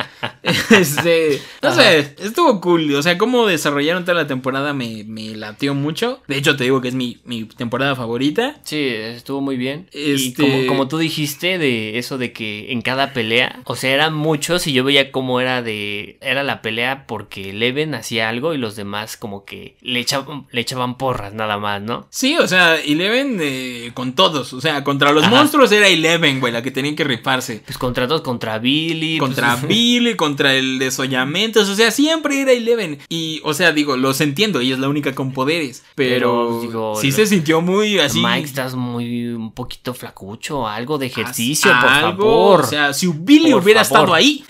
[SPEAKER 1] este, no sé, estuvo cool. O sea, cómo desarrollaron toda la temporada me, me latió mucho. De hecho, te digo que es mi, mi temporada favorita.
[SPEAKER 3] Sí, estuvo muy bien. Y
[SPEAKER 1] Este-
[SPEAKER 3] como, como tú dijiste de eso de que en cada pelea, o sea, eran muchos y yo veía cómo era de era la pelea porque Leven hacía algo y los demás como que le echaban le echaban porras nada más, ¿no?
[SPEAKER 1] Sí, o sea, Eleven eh, con todos. O sea, contra los
[SPEAKER 3] Ajá.
[SPEAKER 1] monstruos era Eleven, güey, la que tenían que rifarse.
[SPEAKER 3] Pues contra dos, contra Billy,
[SPEAKER 1] Contra
[SPEAKER 3] pues-
[SPEAKER 1] Billy, contra el desollamentos, o sea, siempre era Eleven. Y, o sea, digo, los entiendo, ella es la única con poderes. Pero,
[SPEAKER 3] Pero, digo,
[SPEAKER 1] sí
[SPEAKER 3] lo-
[SPEAKER 1] se sintió muy así.
[SPEAKER 3] Mike, estás muy un poquito flacucho, algo de
[SPEAKER 1] haz
[SPEAKER 3] ejercicio, por
[SPEAKER 1] algo,
[SPEAKER 3] favor.
[SPEAKER 1] O sea, si Billy
[SPEAKER 3] Por
[SPEAKER 1] hubiera
[SPEAKER 3] favor.
[SPEAKER 1] estado ahí,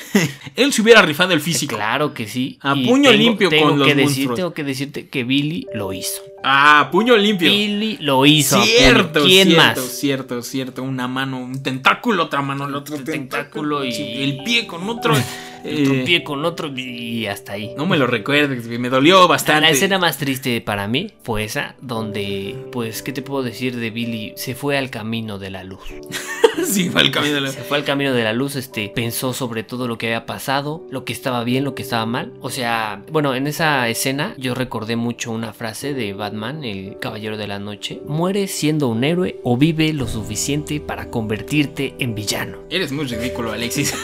[SPEAKER 1] él se hubiera rifado el físico.
[SPEAKER 3] Claro que sí.
[SPEAKER 1] A
[SPEAKER 3] Y
[SPEAKER 1] puño limpio
[SPEAKER 3] tengo
[SPEAKER 1] con los
[SPEAKER 3] que decir-
[SPEAKER 1] monstruos.
[SPEAKER 3] Tengo que decirte que Billy lo hizo.
[SPEAKER 1] Ah, puño limpio.
[SPEAKER 3] Billy lo hizo. a puño.
[SPEAKER 1] Cierto,
[SPEAKER 3] ¿Quién
[SPEAKER 1] cierto,
[SPEAKER 3] más?
[SPEAKER 1] cierto, cierto. Una mano, un tentáculo, otra mano, el otro
[SPEAKER 3] Un
[SPEAKER 1] tentáculo
[SPEAKER 3] tentáculo y-
[SPEAKER 1] sí, el pie con otro. Eh,
[SPEAKER 3] el tropié con otro y hasta ahí.
[SPEAKER 1] No me lo recuerdes, güey, me dolió bastante.
[SPEAKER 3] La escena más triste para mí fue esa, donde, pues, ¿qué te puedo decir de Billy? Se fue al camino de la luz.
[SPEAKER 1] sí, fue el camino de la...
[SPEAKER 3] Se fue al camino de la luz, este, pensó sobre todo lo que había pasado, lo que estaba bien, lo que estaba mal. O sea, bueno, en esa escena yo recordé mucho una frase de Batman, el Caballero de la Noche. Muere siendo un héroe o vive lo suficiente para convertirte en villano.
[SPEAKER 1] Eres muy ridículo, Alexis.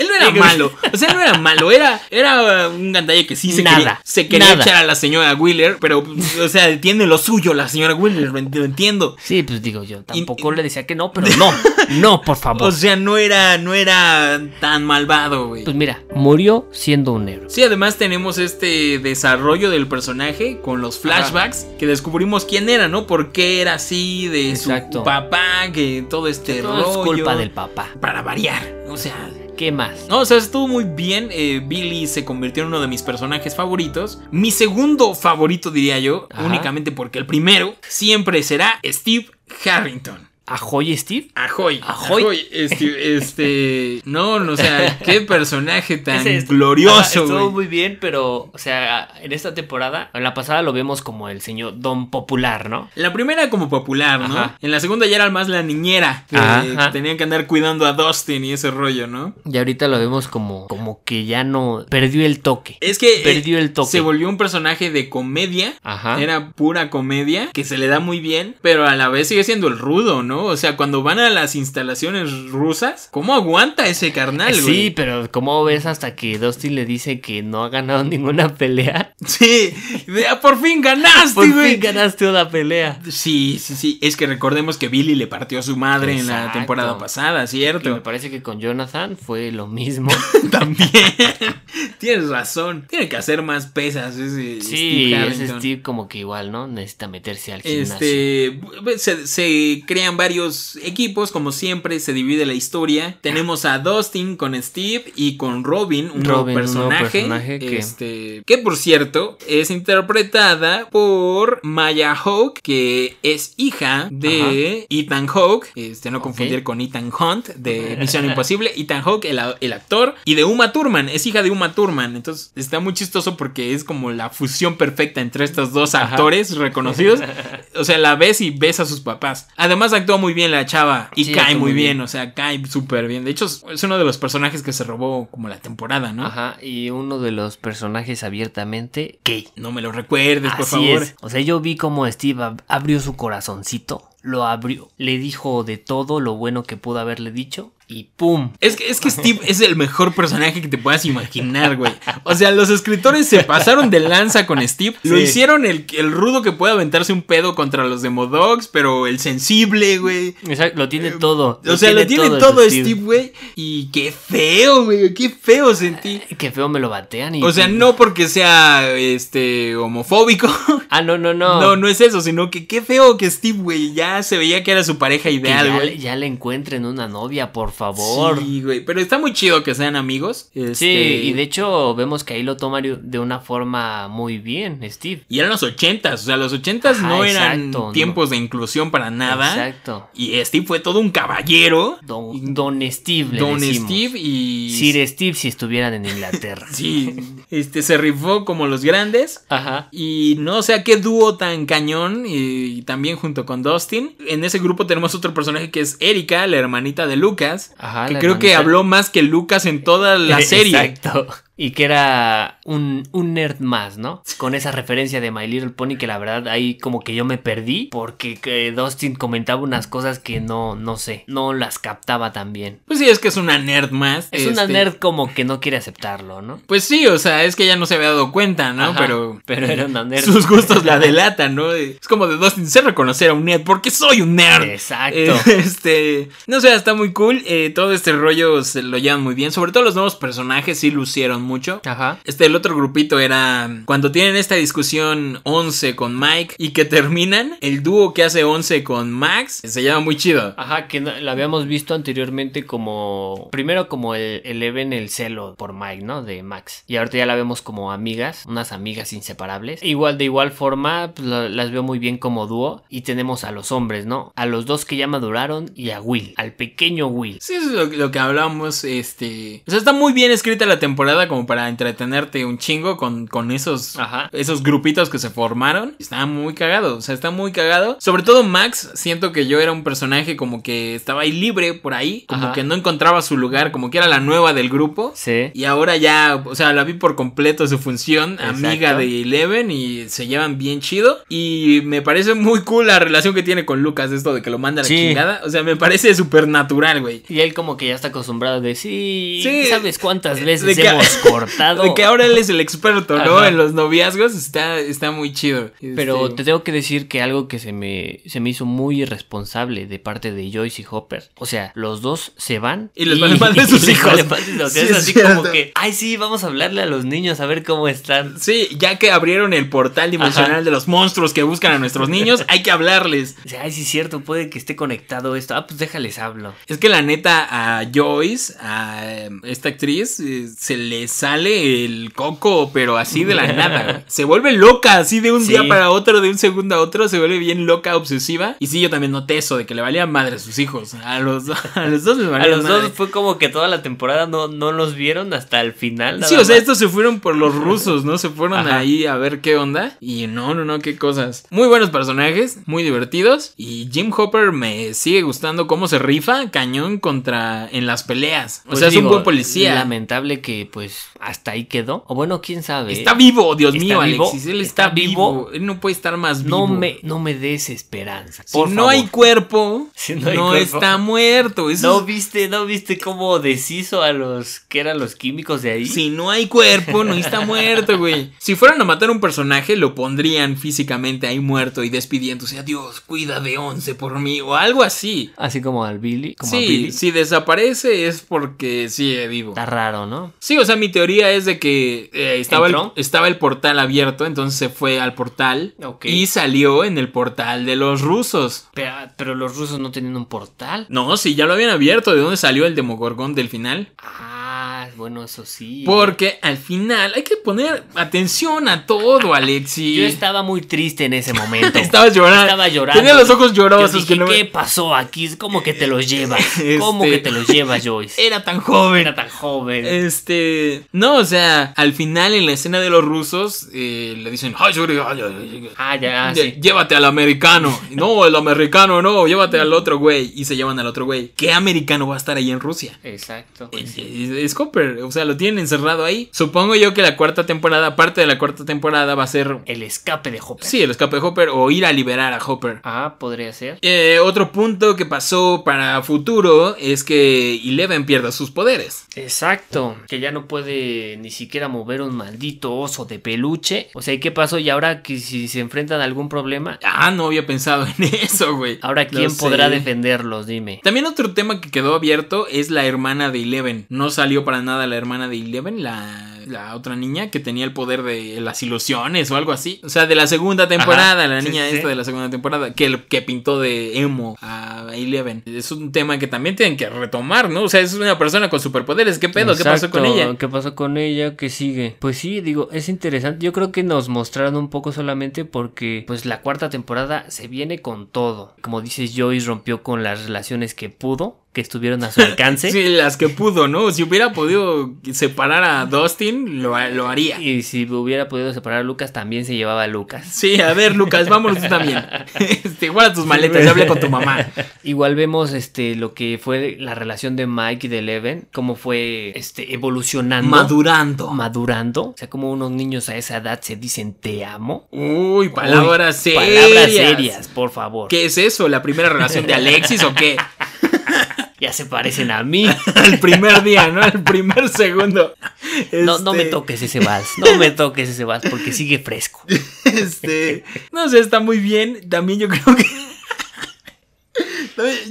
[SPEAKER 1] Él no era malo, o sea, él no era malo, era, era uh, un gandalla que sí se
[SPEAKER 3] Nada,
[SPEAKER 1] quería, se quería
[SPEAKER 3] nada.
[SPEAKER 1] echar a la señora Wheeler, pero, o sea, tiene lo suyo la señora Wheeler, lo ent- lo entiendo.
[SPEAKER 3] Sí, pues digo yo, tampoco le decía que no, pero no, no, por favor.
[SPEAKER 1] O sea, no era, no era tan malvado, güey.
[SPEAKER 3] Pues mira, murió siendo un héroe.
[SPEAKER 1] Sí, además tenemos este desarrollo del personaje con los flashbacks que descubrimos quién era, ¿no? Por qué era así, de su
[SPEAKER 3] Exacto.
[SPEAKER 1] papá, que todo este rollo.
[SPEAKER 3] Todo es culpa del papá.
[SPEAKER 1] Para variar, o sea...
[SPEAKER 3] ¿Qué más?
[SPEAKER 1] No, o sea, estuvo muy bien. eh, Billy se convirtió en uno de mis personajes favoritos. Mi segundo favorito, diría yo,
[SPEAKER 3] Ajá.
[SPEAKER 1] únicamente porque el primero siempre será Steve Harrington.
[SPEAKER 3] ¿A Joy Steve?
[SPEAKER 1] Ajoy.
[SPEAKER 3] Ajoy.
[SPEAKER 1] Este, este. No, no, o sea, qué personaje tan
[SPEAKER 3] Ese est- Ajá,
[SPEAKER 1] glorioso,
[SPEAKER 3] Estuvo
[SPEAKER 1] güey.
[SPEAKER 3] muy bien, pero, o sea, en esta temporada, en la pasada lo vemos como el señor Don Popular, ¿no?
[SPEAKER 1] La primera como popular, ¿no?
[SPEAKER 3] Ajá.
[SPEAKER 1] En la segunda ya era más la niñera. eh,
[SPEAKER 3] Ajá.
[SPEAKER 1] que tenían que andar cuidando a Dustin y ese rollo, ¿no?
[SPEAKER 3] Y ahorita lo vemos como, como que ya no. Perdió el toque.
[SPEAKER 1] Es que eh,
[SPEAKER 3] Perdió el toque.
[SPEAKER 1] se volvió un personaje de comedia.
[SPEAKER 3] Ajá.
[SPEAKER 1] Era pura comedia que se le da muy bien, pero a la vez sigue siendo el rudo, ¿no? O sea, cuando van a las instalaciones rusas, ¿cómo aguanta ese carnal,
[SPEAKER 3] Sí,
[SPEAKER 1] güey?
[SPEAKER 3] pero ¿cómo ves hasta que Dustin le dice que no ha ganado ninguna pelea?
[SPEAKER 1] Sí, de, "Ah, por fin ganaste,
[SPEAKER 3] Por
[SPEAKER 1] güey.
[SPEAKER 3] fin ganaste una pelea.
[SPEAKER 1] Sí, sí, sí. Es que recordemos que Billy le partió a su madre en la
[SPEAKER 3] Exacto.
[SPEAKER 1] temporada pasada,
[SPEAKER 3] Y me
[SPEAKER 1] ¿cierto?
[SPEAKER 3] parece que con Jonathan fue lo mismo.
[SPEAKER 1] También. Tienes razón. Tiene que hacer más pesas ese
[SPEAKER 3] sí,
[SPEAKER 1] Steve
[SPEAKER 3] ese
[SPEAKER 1] Harrington.
[SPEAKER 3] Steve como que igual, ¿no? Necesita meterse al gimnasio.
[SPEAKER 1] Este, se, se crean varios equipos, como siempre, se divide la historia. Tenemos a Dustin con Steve y con Robin, un nuevo
[SPEAKER 3] Robin, un nuevo
[SPEAKER 1] personaje.
[SPEAKER 3] personaje que-
[SPEAKER 1] este, que por cierto es interpretada por Maya Hawke, que es hija de Ethan Hawke, este, no confundir con Ethan Hunt de Misión Imposible, Ethan Hawke, el, a- el actor, y de Uma Thurman, es hija de Uma Thurman. Entonces está muy chistoso porque es como la fusión perfecta entre estos dos actores reconocidos. O sea, la ves y ves a sus papás. Además, actúa muy bien la chava y
[SPEAKER 3] Sí,
[SPEAKER 1] cae
[SPEAKER 3] actuó
[SPEAKER 1] muy
[SPEAKER 3] muy
[SPEAKER 1] bien.
[SPEAKER 3] bien.
[SPEAKER 1] o sea, cae súper bien. De hecho, es uno de los personajes que se robó como la temporada, ¿no?
[SPEAKER 3] Ajá, y uno de los personajes abiertamente gay.
[SPEAKER 1] No me lo recuerdes, Pues, por
[SPEAKER 3] Así
[SPEAKER 1] favor.
[SPEAKER 3] es. O sea, yo vi como Steve ab- abrió su corazoncito, lo abrió, le dijo de todo lo bueno que pudo haberle dicho y ¡pum!
[SPEAKER 1] Es que, es que Steve es el mejor personaje que te puedas imaginar, güey. O sea, los escritores se pasaron de lanza con Steve. Lo
[SPEAKER 3] Sí.
[SPEAKER 1] hicieron el, el rudo que puede aventarse un pedo contra los Demodogs, pero el sensible, güey.
[SPEAKER 3] O sea, lo tiene todo.
[SPEAKER 1] Eh, O sea, lo tiene todo,
[SPEAKER 3] el
[SPEAKER 1] Steve, güey. Y qué feo, güey. Qué feo sentí.
[SPEAKER 3] Qué feo me lo batean y...
[SPEAKER 1] O sea, no porque sea este homofóbico.
[SPEAKER 3] Ah, no, no, no.
[SPEAKER 1] No, no es eso, sino que qué feo que Steve, güey, ya se veía que era su pareja
[SPEAKER 3] Que ya,
[SPEAKER 1] ideal,
[SPEAKER 3] le-
[SPEAKER 1] güey.
[SPEAKER 3] ya le encuentren una novia, por favor.
[SPEAKER 1] Sí, güey, pero está muy chido que sean amigos.
[SPEAKER 3] Sí,
[SPEAKER 1] este,
[SPEAKER 3] y de hecho vemos que ahí lo toma de una forma muy bien, Steve.
[SPEAKER 1] Y eran los ochentas, o sea, los ochentas
[SPEAKER 3] Ajá,
[SPEAKER 1] no eran
[SPEAKER 3] exacto, no.
[SPEAKER 1] tiempos de inclusión para nada.
[SPEAKER 3] Exacto.
[SPEAKER 1] Y Steve fue todo un caballero.
[SPEAKER 3] Don, don Steve, le
[SPEAKER 1] Don
[SPEAKER 3] decimos.
[SPEAKER 1] Steve y...
[SPEAKER 3] Sir Steve si estuvieran en Inglaterra.
[SPEAKER 1] Sí, este se rifó como los grandes.
[SPEAKER 3] Ajá.
[SPEAKER 1] Y no, o sea, qué dúo tan cañón. Y, también junto con Dustin. En ese grupo tenemos otro personaje que es Erika, la hermanita de Lucas.
[SPEAKER 3] Ajá,
[SPEAKER 1] que
[SPEAKER 3] la
[SPEAKER 1] creo que
[SPEAKER 3] hermanita.
[SPEAKER 1] habló más que Lucas en toda la serie.
[SPEAKER 3] Exacto. Y que era un, un nerd más, ¿no? Con esa referencia de My Little Pony que la verdad ahí como que yo me perdí porque que Dustin comentaba unas cosas que no, no sé, no las captaba tan bien.
[SPEAKER 1] Pues sí, es que es una nerd más.
[SPEAKER 3] Es una
[SPEAKER 1] este,
[SPEAKER 3] nerd como que no quiere aceptarlo, ¿no?
[SPEAKER 1] Pues sí, o sea, es que ella no se había dado cuenta, ¿no?
[SPEAKER 3] Ajá,
[SPEAKER 1] pero.
[SPEAKER 3] pero era una nerd.
[SPEAKER 1] Sus gustos la delatan, ¿no? Es como de Dustin, sé reconocer a un nerd porque soy un nerd.
[SPEAKER 3] Exacto.
[SPEAKER 1] Eh, este, no sé, está muy cool. eh, todo este rollo se lo llevan muy bien. Sobre todo los nuevos personajes sí lucieron mucho.
[SPEAKER 3] Ajá.
[SPEAKER 1] Este, el otro grupito era cuando tienen esta discusión 11 con Mike y que terminan, el dúo que hace 11 con Max se llama muy chido.
[SPEAKER 3] Ajá, que no- la habíamos visto anteriormente como. Primero como el Eleven el celo por Mike, ¿no? De Max. Y ahorita ya la vemos como amigas, unas amigas inseparables. Igual, de igual forma, pues, la- las veo muy bien como dúo. Y tenemos a los hombres, ¿no? A los dos que ya maduraron y a Will, al pequeño Will.
[SPEAKER 1] Sí, eso es lo, lo que hablamos, este... O sea, está muy bien escrita la temporada como para entretenerte un chingo con, con esos...
[SPEAKER 3] Ajá.
[SPEAKER 1] Esos grupitos que se formaron. Está muy cagado, o sea, está muy cagado. Sobre todo Max, siento que yo era un personaje como que estaba ahí libre por ahí, como
[SPEAKER 3] Ajá.
[SPEAKER 1] que no encontraba su lugar, como que era la nueva del grupo.
[SPEAKER 3] Sí.
[SPEAKER 1] Y ahora ya, o sea, la vi por completo su función,
[SPEAKER 3] Exacto.
[SPEAKER 1] amiga de Eleven y se llevan bien chido. Y me parece muy cool la relación que tiene con Lucas, esto de que lo manda a la
[SPEAKER 3] Sí.
[SPEAKER 1] chingada. O sea, me parece súper natural, güey.
[SPEAKER 3] Y él como que ya está acostumbrado de sí,
[SPEAKER 1] Sí. Eh,
[SPEAKER 3] ¿sabes cuántas
[SPEAKER 1] De
[SPEAKER 3] veces
[SPEAKER 1] que-
[SPEAKER 3] hemos cortado?
[SPEAKER 1] De que ahora él es el experto, ¿no?
[SPEAKER 3] Ajá.
[SPEAKER 1] En los noviazgos está, está muy chido.
[SPEAKER 3] Pero
[SPEAKER 1] Este,
[SPEAKER 3] te tengo que decir que algo que se me, se me hizo muy irresponsable de parte de Joyce y Hopper. O sea, los dos se van.
[SPEAKER 1] Y les vale madre
[SPEAKER 3] y
[SPEAKER 1] sus
[SPEAKER 3] les
[SPEAKER 1] hijos.
[SPEAKER 3] vale madre, o sea,
[SPEAKER 1] Sí,
[SPEAKER 3] es,
[SPEAKER 1] es
[SPEAKER 3] así
[SPEAKER 1] cierto.
[SPEAKER 3] como que, ay, sí, vamos a hablarle a los niños a ver cómo están.
[SPEAKER 1] Sí, ya que abrieron el portal dimensional
[SPEAKER 3] Ajá.
[SPEAKER 1] de los monstruos que buscan a nuestros niños, hay que hablarles.
[SPEAKER 3] O sea, ay, sí, es cierto, puede que esté conectado esto. Ah, pues déjales hablo.
[SPEAKER 1] Es que la neta a Joyce, a eh, esta actriz, eh, se le sale el coco, pero así de la nada. güey. Se vuelve loca, así de un
[SPEAKER 3] Sí.
[SPEAKER 1] día para otro, de un segundo a otro, se vuelve bien loca, obsesiva. Y sí, yo también noté eso, de que le valía madre a sus hijos. A los, do- a los dos les valía
[SPEAKER 3] A los
[SPEAKER 1] madre.
[SPEAKER 3] dos fue como que toda la temporada no, no los vieron hasta el final.
[SPEAKER 1] Sí,
[SPEAKER 3] nada
[SPEAKER 1] o sea,
[SPEAKER 3] más.
[SPEAKER 1] estos se fueron por los rusos, ¿no? Se fueron
[SPEAKER 3] Ajá.
[SPEAKER 1] ahí a ver qué onda. Y no, no, no, qué cosas. Muy buenos personajes, muy divertidos. Y Jim Hopper me sigue gustando cómo se rifa cañón contra en las peleas. O
[SPEAKER 3] Pues
[SPEAKER 1] sea, es un
[SPEAKER 3] digo,
[SPEAKER 1] buen policía.
[SPEAKER 3] Lamentable que pues hasta ahí quedó. O bueno, quién sabe. ¿eh?
[SPEAKER 1] Está vivo, Dios
[SPEAKER 3] ¿Está
[SPEAKER 1] mío,
[SPEAKER 3] vivo?
[SPEAKER 1] Alexis. Él está,
[SPEAKER 3] ¿Está
[SPEAKER 1] vivo.
[SPEAKER 3] vivo?
[SPEAKER 1] Él no puede estar más vivo.
[SPEAKER 3] no me, no me des esperanza.
[SPEAKER 1] Si
[SPEAKER 3] por
[SPEAKER 1] no hay
[SPEAKER 3] favor.
[SPEAKER 1] cuerpo,
[SPEAKER 3] Si
[SPEAKER 1] no,
[SPEAKER 3] no hay cuerpo.
[SPEAKER 1] está muerto. Eso
[SPEAKER 3] ¿No
[SPEAKER 1] es-
[SPEAKER 3] viste, no viste cómo deshizo a los que eran los químicos de ahí?
[SPEAKER 1] Si no hay cuerpo, no está muerto, güey. Si fueran a matar a un personaje, lo pondrían físicamente ahí muerto y despidiéndose. Adiós, cuida de once por mí o algo así.
[SPEAKER 3] Así como al Billy, como a
[SPEAKER 1] Sí,
[SPEAKER 3] Billy.
[SPEAKER 1] si desaparece es porque sigue vivo.
[SPEAKER 3] Está raro, ¿no?
[SPEAKER 1] Sí, o sea, mi teoría es de que eh, estaba, el,
[SPEAKER 3] ¿Entró?
[SPEAKER 1] estaba el portal abierto, entonces se fue al portal
[SPEAKER 3] Ok.
[SPEAKER 1] y salió en el portal de los rusos.
[SPEAKER 3] Pero, pero los rusos no tenían un portal.
[SPEAKER 1] No, sí, ya lo habían abierto. ¿De dónde salió el Demogorgón del final?
[SPEAKER 3] Ah, bueno, eso sí.
[SPEAKER 1] Porque al final hay que poner atención a todo, Alexi.
[SPEAKER 3] Yo estaba muy triste en ese momento.
[SPEAKER 1] Estabas llorando.
[SPEAKER 3] Estaba llorando.
[SPEAKER 1] Tenía los ojos
[SPEAKER 3] Yo
[SPEAKER 1] llorosos
[SPEAKER 3] dije,
[SPEAKER 1] que no me-
[SPEAKER 3] ¿qué pasó aquí? Es como que te los llevas. ¿Cómo
[SPEAKER 1] Este-
[SPEAKER 3] que te los llevas, Joyce?
[SPEAKER 1] Era tan joven.
[SPEAKER 3] Era tan joven.
[SPEAKER 1] Este. No, o sea, al final en la escena de los rusos eh, le dicen: "Ay, sorry, ay, ay, ay,
[SPEAKER 3] Ah, ya, ah,
[SPEAKER 1] lle-
[SPEAKER 3] sí.
[SPEAKER 1] Llévate al americano. No, el americano no, llévate al otro güey. Y se llevan al otro güey. ¿Qué americano va a estar ahí en Rusia?
[SPEAKER 3] Exacto. pues
[SPEAKER 1] Es,
[SPEAKER 3] sí.
[SPEAKER 1] es- es Cooper, o sea, lo tienen encerrado ahí. Supongo yo que la cuarta temporada, parte de la cuarta temporada, va a ser.
[SPEAKER 3] El escape de Hopper.
[SPEAKER 1] Sí, el escape de Hopper o ir a liberar a Hopper.
[SPEAKER 3] Ah, podría ser.
[SPEAKER 1] Eh, otro punto que pasó para futuro es que Eleven pierda sus poderes.
[SPEAKER 3] Exacto, que ya no puede ni siquiera mover un maldito oso de peluche. O sea, ¿y qué pasó? Y ahora que si se enfrentan a algún problema,
[SPEAKER 1] Ah, no había pensado en eso, güey.
[SPEAKER 3] ahora
[SPEAKER 1] Lo
[SPEAKER 3] ¿quién
[SPEAKER 1] sé.
[SPEAKER 3] podrá defenderlos? Dime.
[SPEAKER 1] También otro tema que quedó abierto es la hermana de Eleven. No salió para nada la hermana de Eleven, la, la otra niña que tenía el poder de las ilusiones o algo así. O sea, de la segunda temporada, la
[SPEAKER 3] sí,
[SPEAKER 1] niña
[SPEAKER 3] sí,
[SPEAKER 1] esta
[SPEAKER 3] sí.
[SPEAKER 1] de la segunda temporada, que, el- que pintó de emo a Eleven. Es un tema que también tienen que retomar, ¿no? O sea, es una persona con superpoderes. ¿Qué pedo? ¿Qué pasó con
[SPEAKER 3] Exacto,
[SPEAKER 1] ella?
[SPEAKER 3] ¿Qué pasó con ella? ¿Qué sigue? Pues sí, digo, es interesante. Yo creo que nos mostraron un poco solamente porque pues la cuarta temporada se viene con todo. Como dices, Joyce rompió con las relaciones que pudo, que estuvieron a su alcance.
[SPEAKER 1] Sí, las que pudo, ¿no? Si hubiera podido separar a Dustin, lo, lo haría.
[SPEAKER 3] Y si hubiera podido separar a Lucas, también se llevaba a Lucas.
[SPEAKER 1] Sí, a ver, Lucas, vámonos tú también. Este, guarda tus maletas y habla con tu mamá.
[SPEAKER 3] Igual vemos este lo que fue la relación de Mike y de Eleven, cómo fue este evolucionando,
[SPEAKER 1] Madurando.
[SPEAKER 3] madurando, o sea, como unos niños a esa edad se dicen te amo.
[SPEAKER 1] Uy, palabras
[SPEAKER 3] Uy,
[SPEAKER 1] serias.
[SPEAKER 3] Palabras serias, por favor.
[SPEAKER 1] ¿Qué es eso? ¿La primera relación de Alexis o qué?
[SPEAKER 3] Ya se parecen a mí.
[SPEAKER 1] El primer día, ¿no? El primer segundo.
[SPEAKER 3] No, no me
[SPEAKER 1] Este,
[SPEAKER 3] toques ese vals, no me toques ese vals porque sigue fresco.
[SPEAKER 1] Este, no sé, está muy bien. También yo creo que.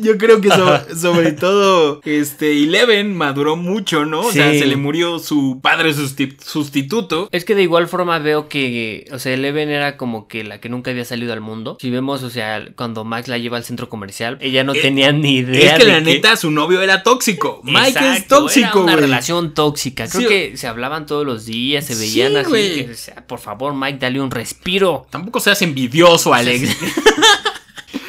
[SPEAKER 1] Yo creo que so- sobre todo este Eleven maduró mucho, ¿no? O sea,
[SPEAKER 3] Sí.
[SPEAKER 1] se le murió su padre susti- sustituto.
[SPEAKER 3] Es que de igual forma veo que, o sea, Eleven era como que la que nunca había salido al mundo. Si vemos, o sea, cuando Max la lleva al centro comercial, ella no
[SPEAKER 1] Eh,
[SPEAKER 3] tenía ni idea.
[SPEAKER 1] es que
[SPEAKER 3] de
[SPEAKER 1] la neta su novio era tóxico. Mike es
[SPEAKER 3] Exacto, Era
[SPEAKER 1] tóxico,
[SPEAKER 3] una
[SPEAKER 1] güey.
[SPEAKER 3] relación tóxica. Creo
[SPEAKER 1] Sí.
[SPEAKER 3] que se hablaban todos los días, se
[SPEAKER 1] Sí,
[SPEAKER 3] veían así.
[SPEAKER 1] güey.
[SPEAKER 3] que, o sea, por favor, Mike, dale un respiro.
[SPEAKER 1] Tampoco seas envidioso, Alex.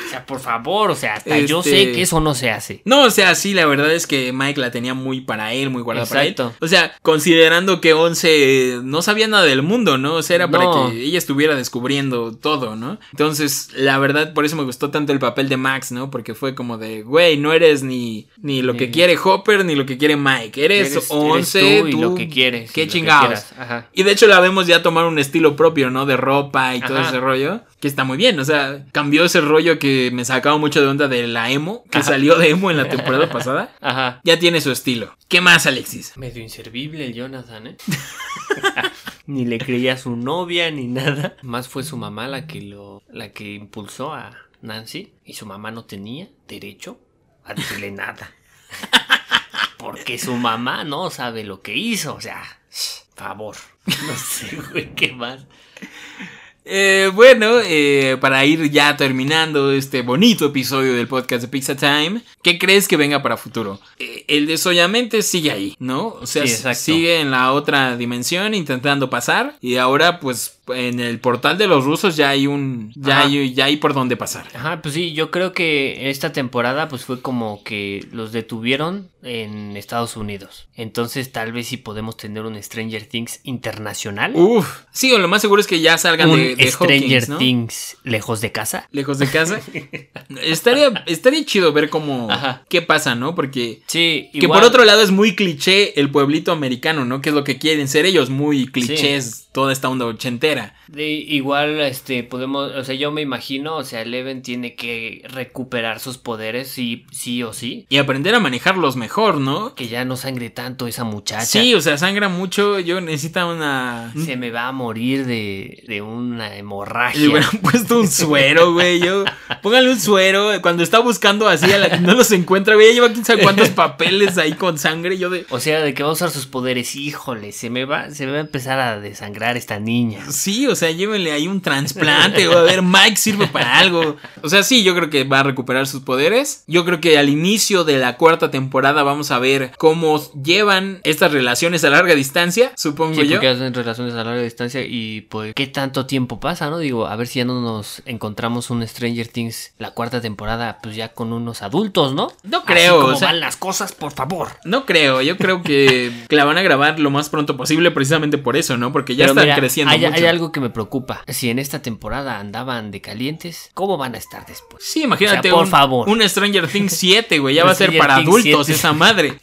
[SPEAKER 3] O sea, por favor, o sea, hasta yo
[SPEAKER 1] Este-
[SPEAKER 3] sé que eso no se hace.
[SPEAKER 1] No, o sea, sí, la verdad es que Mike la tenía muy para él, muy guardada para él.
[SPEAKER 3] Exacto.
[SPEAKER 1] O sea, considerando que Once eh, no sabía nada del mundo, ¿no? O sea, era para
[SPEAKER 3] No.
[SPEAKER 1] que ella estuviera descubriendo todo, ¿no? Entonces, la verdad, por eso me gustó tanto el papel de Max, ¿no? Porque fue como de, güey, no eres ni, ni lo que
[SPEAKER 3] Ni-
[SPEAKER 1] quiere Hopper, ni lo que quiere Mike. Eres, Once,
[SPEAKER 3] tú y lo que quieres. y
[SPEAKER 1] Qué
[SPEAKER 3] lo que
[SPEAKER 1] chingados.
[SPEAKER 3] quieras. Ajá.
[SPEAKER 1] Y de hecho la vemos ya tomar un estilo propio, ¿no? De ropa y todo
[SPEAKER 3] Ajá.
[SPEAKER 1] ese rollo. Que está muy bien. O sea, cambió ese rollo que me sacaba mucho de onda de la emo. Que salió de emo en la temporada pasada.
[SPEAKER 3] Ajá.
[SPEAKER 1] Ya tiene su estilo. ¿Qué más, Alexis?
[SPEAKER 3] Medio inservible el Jonathan, ¿eh? ni le creía a su novia ni nada. Más fue su mamá la que lo la que impulsó a Nancy y su mamá no tenía derecho a decirle nada. Porque su mamá no sabe lo que hizo, o sea, favor. No sé, güey, qué más.
[SPEAKER 1] Eh, bueno, eh, para ir ya terminando este bonito episodio del podcast de Pizza Time, ¿qué crees que venga para futuro? Eh, el desollamente sigue ahí, ¿no? O sea,
[SPEAKER 3] Sí, exacto.
[SPEAKER 1] sigue en la otra dimensión intentando pasar y ahora pues en el portal de los rusos ya hay un ya
[SPEAKER 3] Ajá.
[SPEAKER 1] hay, ya hay por dónde pasar.
[SPEAKER 3] Ajá, pues sí, yo creo que esta temporada pues fue como que los detuvieron en Estados Unidos. Entonces tal vez si podemos tener un Stranger Things internacional.
[SPEAKER 1] Uf, sí, o lo más seguro es que ya salgan
[SPEAKER 3] un
[SPEAKER 1] de, de
[SPEAKER 3] Stranger
[SPEAKER 1] Hawkins, ¿no?
[SPEAKER 3] Things lejos de casa.
[SPEAKER 1] Lejos de casa. estaría, estaría chido ver cómo
[SPEAKER 3] Ajá.
[SPEAKER 1] qué pasa, ¿no? Porque
[SPEAKER 3] Sí,
[SPEAKER 1] Que por otro lado es muy cliché el pueblito americano, ¿no? Que es lo que quieren ser ellos, muy clichés, toda esta onda ochentera.
[SPEAKER 3] igual este podemos, o sea, yo me imagino, o sea, Eleven tiene que recuperar sus poderes sí, sí o sí,
[SPEAKER 1] Y aprender a manejarlos mejor, ¿no?
[SPEAKER 3] que ya no sangre tanto esa muchacha.
[SPEAKER 1] Sí, o sea, sangra mucho, yo necesita una...
[SPEAKER 3] Se me va a morir de, de una
[SPEAKER 1] Le
[SPEAKER 3] hemorragia.
[SPEAKER 1] hubieran puesto un suero, güey. Yo, póngale un suero. Cuando está buscando así, a la que no los encuentra, güey. ya Lleva quién sabe cuántos papeles ahí con sangre. Yo de.
[SPEAKER 3] O sea, de que va a usar sus poderes, híjole, se me va, se me va a empezar a desangrar esta niña.
[SPEAKER 1] Sí, o sea, llévenle ahí un trasplante. O a ver, Mike sirve para algo. O sea, sí, yo creo que va a recuperar sus poderes. Yo creo que al inicio de la cuarta temporada vamos a ver cómo llevan estas relaciones a larga distancia, supongo
[SPEAKER 3] Sí,
[SPEAKER 1] yo.
[SPEAKER 3] porque hacen relaciones a larga distancia y pues qué tanto tiempo pasa, ¿no? Digo, a ver si ya no nos encontramos un Stranger Things la cuarta temporada, pues ya con unos adultos, ¿no?
[SPEAKER 1] No creo,
[SPEAKER 3] Así como
[SPEAKER 1] o sea-
[SPEAKER 3] van las cosas, por favor.
[SPEAKER 1] No creo, yo creo que, que la van a grabar lo más pronto posible precisamente por eso, ¿no? Porque ya
[SPEAKER 3] Pero
[SPEAKER 1] están
[SPEAKER 3] mira,
[SPEAKER 1] creciendo
[SPEAKER 3] hay,
[SPEAKER 1] mucho.
[SPEAKER 3] hay algo que me preocupa. Si en esta temporada andaban de calientes, ¿cómo van a estar después?
[SPEAKER 1] Sí, imagínate
[SPEAKER 3] O sea, por
[SPEAKER 1] un,
[SPEAKER 3] favor.
[SPEAKER 1] un Stranger Things 7, güey, ya va a ser
[SPEAKER 3] Stranger
[SPEAKER 1] para
[SPEAKER 3] Things
[SPEAKER 1] adultos
[SPEAKER 3] 7.
[SPEAKER 1] esa madre.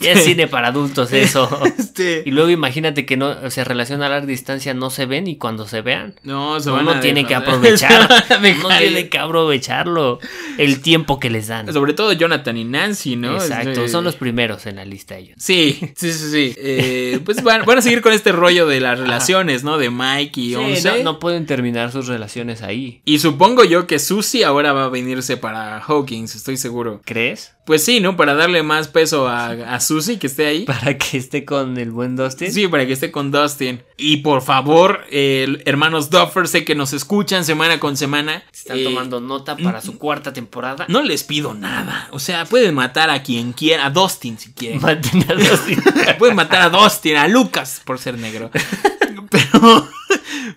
[SPEAKER 3] Ya es cine para adultos eso.
[SPEAKER 1] Este,
[SPEAKER 3] y luego imagínate que no, o sea, relación a larga distancia no se ven y cuando se vean,
[SPEAKER 1] no, se van
[SPEAKER 3] uno
[SPEAKER 1] a
[SPEAKER 3] tiene que
[SPEAKER 1] defraudar.
[SPEAKER 3] aprovechar.
[SPEAKER 1] Se van a
[SPEAKER 3] Uno
[SPEAKER 1] dejar ir.
[SPEAKER 3] tiene que aprovecharlo. El tiempo que les dan.
[SPEAKER 1] Sobre todo Jonathan y Nancy, ¿no?
[SPEAKER 3] Exacto,
[SPEAKER 1] Este-
[SPEAKER 3] son los primeros en la lista ellos.
[SPEAKER 1] Sí, sí, sí, sí. Eh, pues van, van a seguir con este rollo de las relaciones, ¿no? De Mike y Once.
[SPEAKER 3] no, no pueden terminar sus relaciones ahí.
[SPEAKER 1] Y supongo yo que Susie ahora va a venirse para Hawkins, estoy seguro.
[SPEAKER 3] ¿Crees?
[SPEAKER 1] Pues sí, ¿no? Para darle más peso a, a Susie que esté ahí.
[SPEAKER 3] Para que esté con el buen Dustin.
[SPEAKER 1] Sí, para que esté con Dustin. Y por favor, eh, hermanos Duffer, sé que nos escuchan semana con semana.
[SPEAKER 3] Están
[SPEAKER 1] Eh,
[SPEAKER 3] tomando nota para su cuarta temporada.
[SPEAKER 1] No les pido nada. O sea, pueden matar a quien quiera. A Dustin si
[SPEAKER 3] Eh,
[SPEAKER 1] quieren.
[SPEAKER 3] Maten a Dustin.
[SPEAKER 1] Pueden matar a Dustin, a Lucas por ser negro. Pero,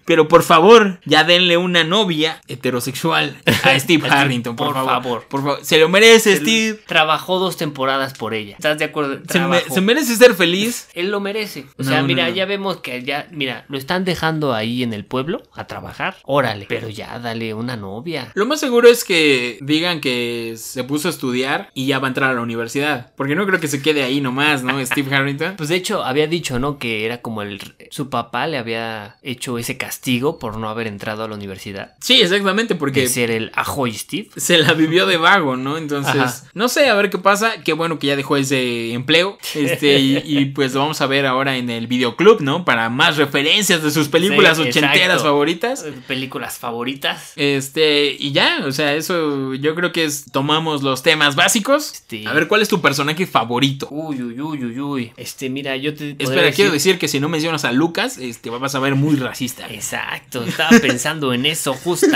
[SPEAKER 1] pero por favor, ya denle una novia heterosexual a Steve Harrington, por,
[SPEAKER 3] Por
[SPEAKER 1] favor.
[SPEAKER 3] favor.
[SPEAKER 1] Por favor. Se lo merece, Steve.
[SPEAKER 3] Trabajó dos temporadas por ella. ¿Estás de acuerdo?
[SPEAKER 1] Se, me-
[SPEAKER 3] Trabajó.
[SPEAKER 1] se merece ser feliz.
[SPEAKER 3] Él lo merece.
[SPEAKER 1] No,
[SPEAKER 3] O sea,
[SPEAKER 1] no,
[SPEAKER 3] mira,
[SPEAKER 1] no.
[SPEAKER 3] ya vemos que ya, mira, lo están dejando ahí en el pueblo a trabajar. Órale. Pero ya, dale una novia.
[SPEAKER 1] Lo más seguro es que digan que se puso a estudiar y ya va a entrar a la universidad. Porque no creo que se quede ahí nomás, ¿no? Steve Harrington.
[SPEAKER 3] Pues de hecho había dicho, ¿no? Que era como el... Su papá le había hecho ese ese castigo por no haber entrado a la universidad.
[SPEAKER 1] Sí, exactamente, porque
[SPEAKER 3] De ser el Ahoy Steve.
[SPEAKER 1] se la vivió de vago, ¿no? Entonces,
[SPEAKER 3] Ajá.
[SPEAKER 1] no sé, a ver qué pasa. Qué bueno que ya dejó ese empleo. Este, y, y, pues lo vamos a ver ahora en el videoclub, ¿no? Para más referencias de sus películas
[SPEAKER 3] Sí,
[SPEAKER 1] ochenteras
[SPEAKER 3] exacto.
[SPEAKER 1] favoritas.
[SPEAKER 3] Películas favoritas.
[SPEAKER 1] Este, y ya, o sea, eso yo creo que es, tomamos los temas básicos.
[SPEAKER 3] Este-
[SPEAKER 1] A ver, ¿cuál es tu personaje favorito?
[SPEAKER 3] Uy, uy, uy, uy, uy. Este, mira, yo te. podría
[SPEAKER 1] Espera, quiero decir que si no mencionas a Lucas, este, vas a ver muy racista.
[SPEAKER 3] Eh. Exacto, estaba pensando en eso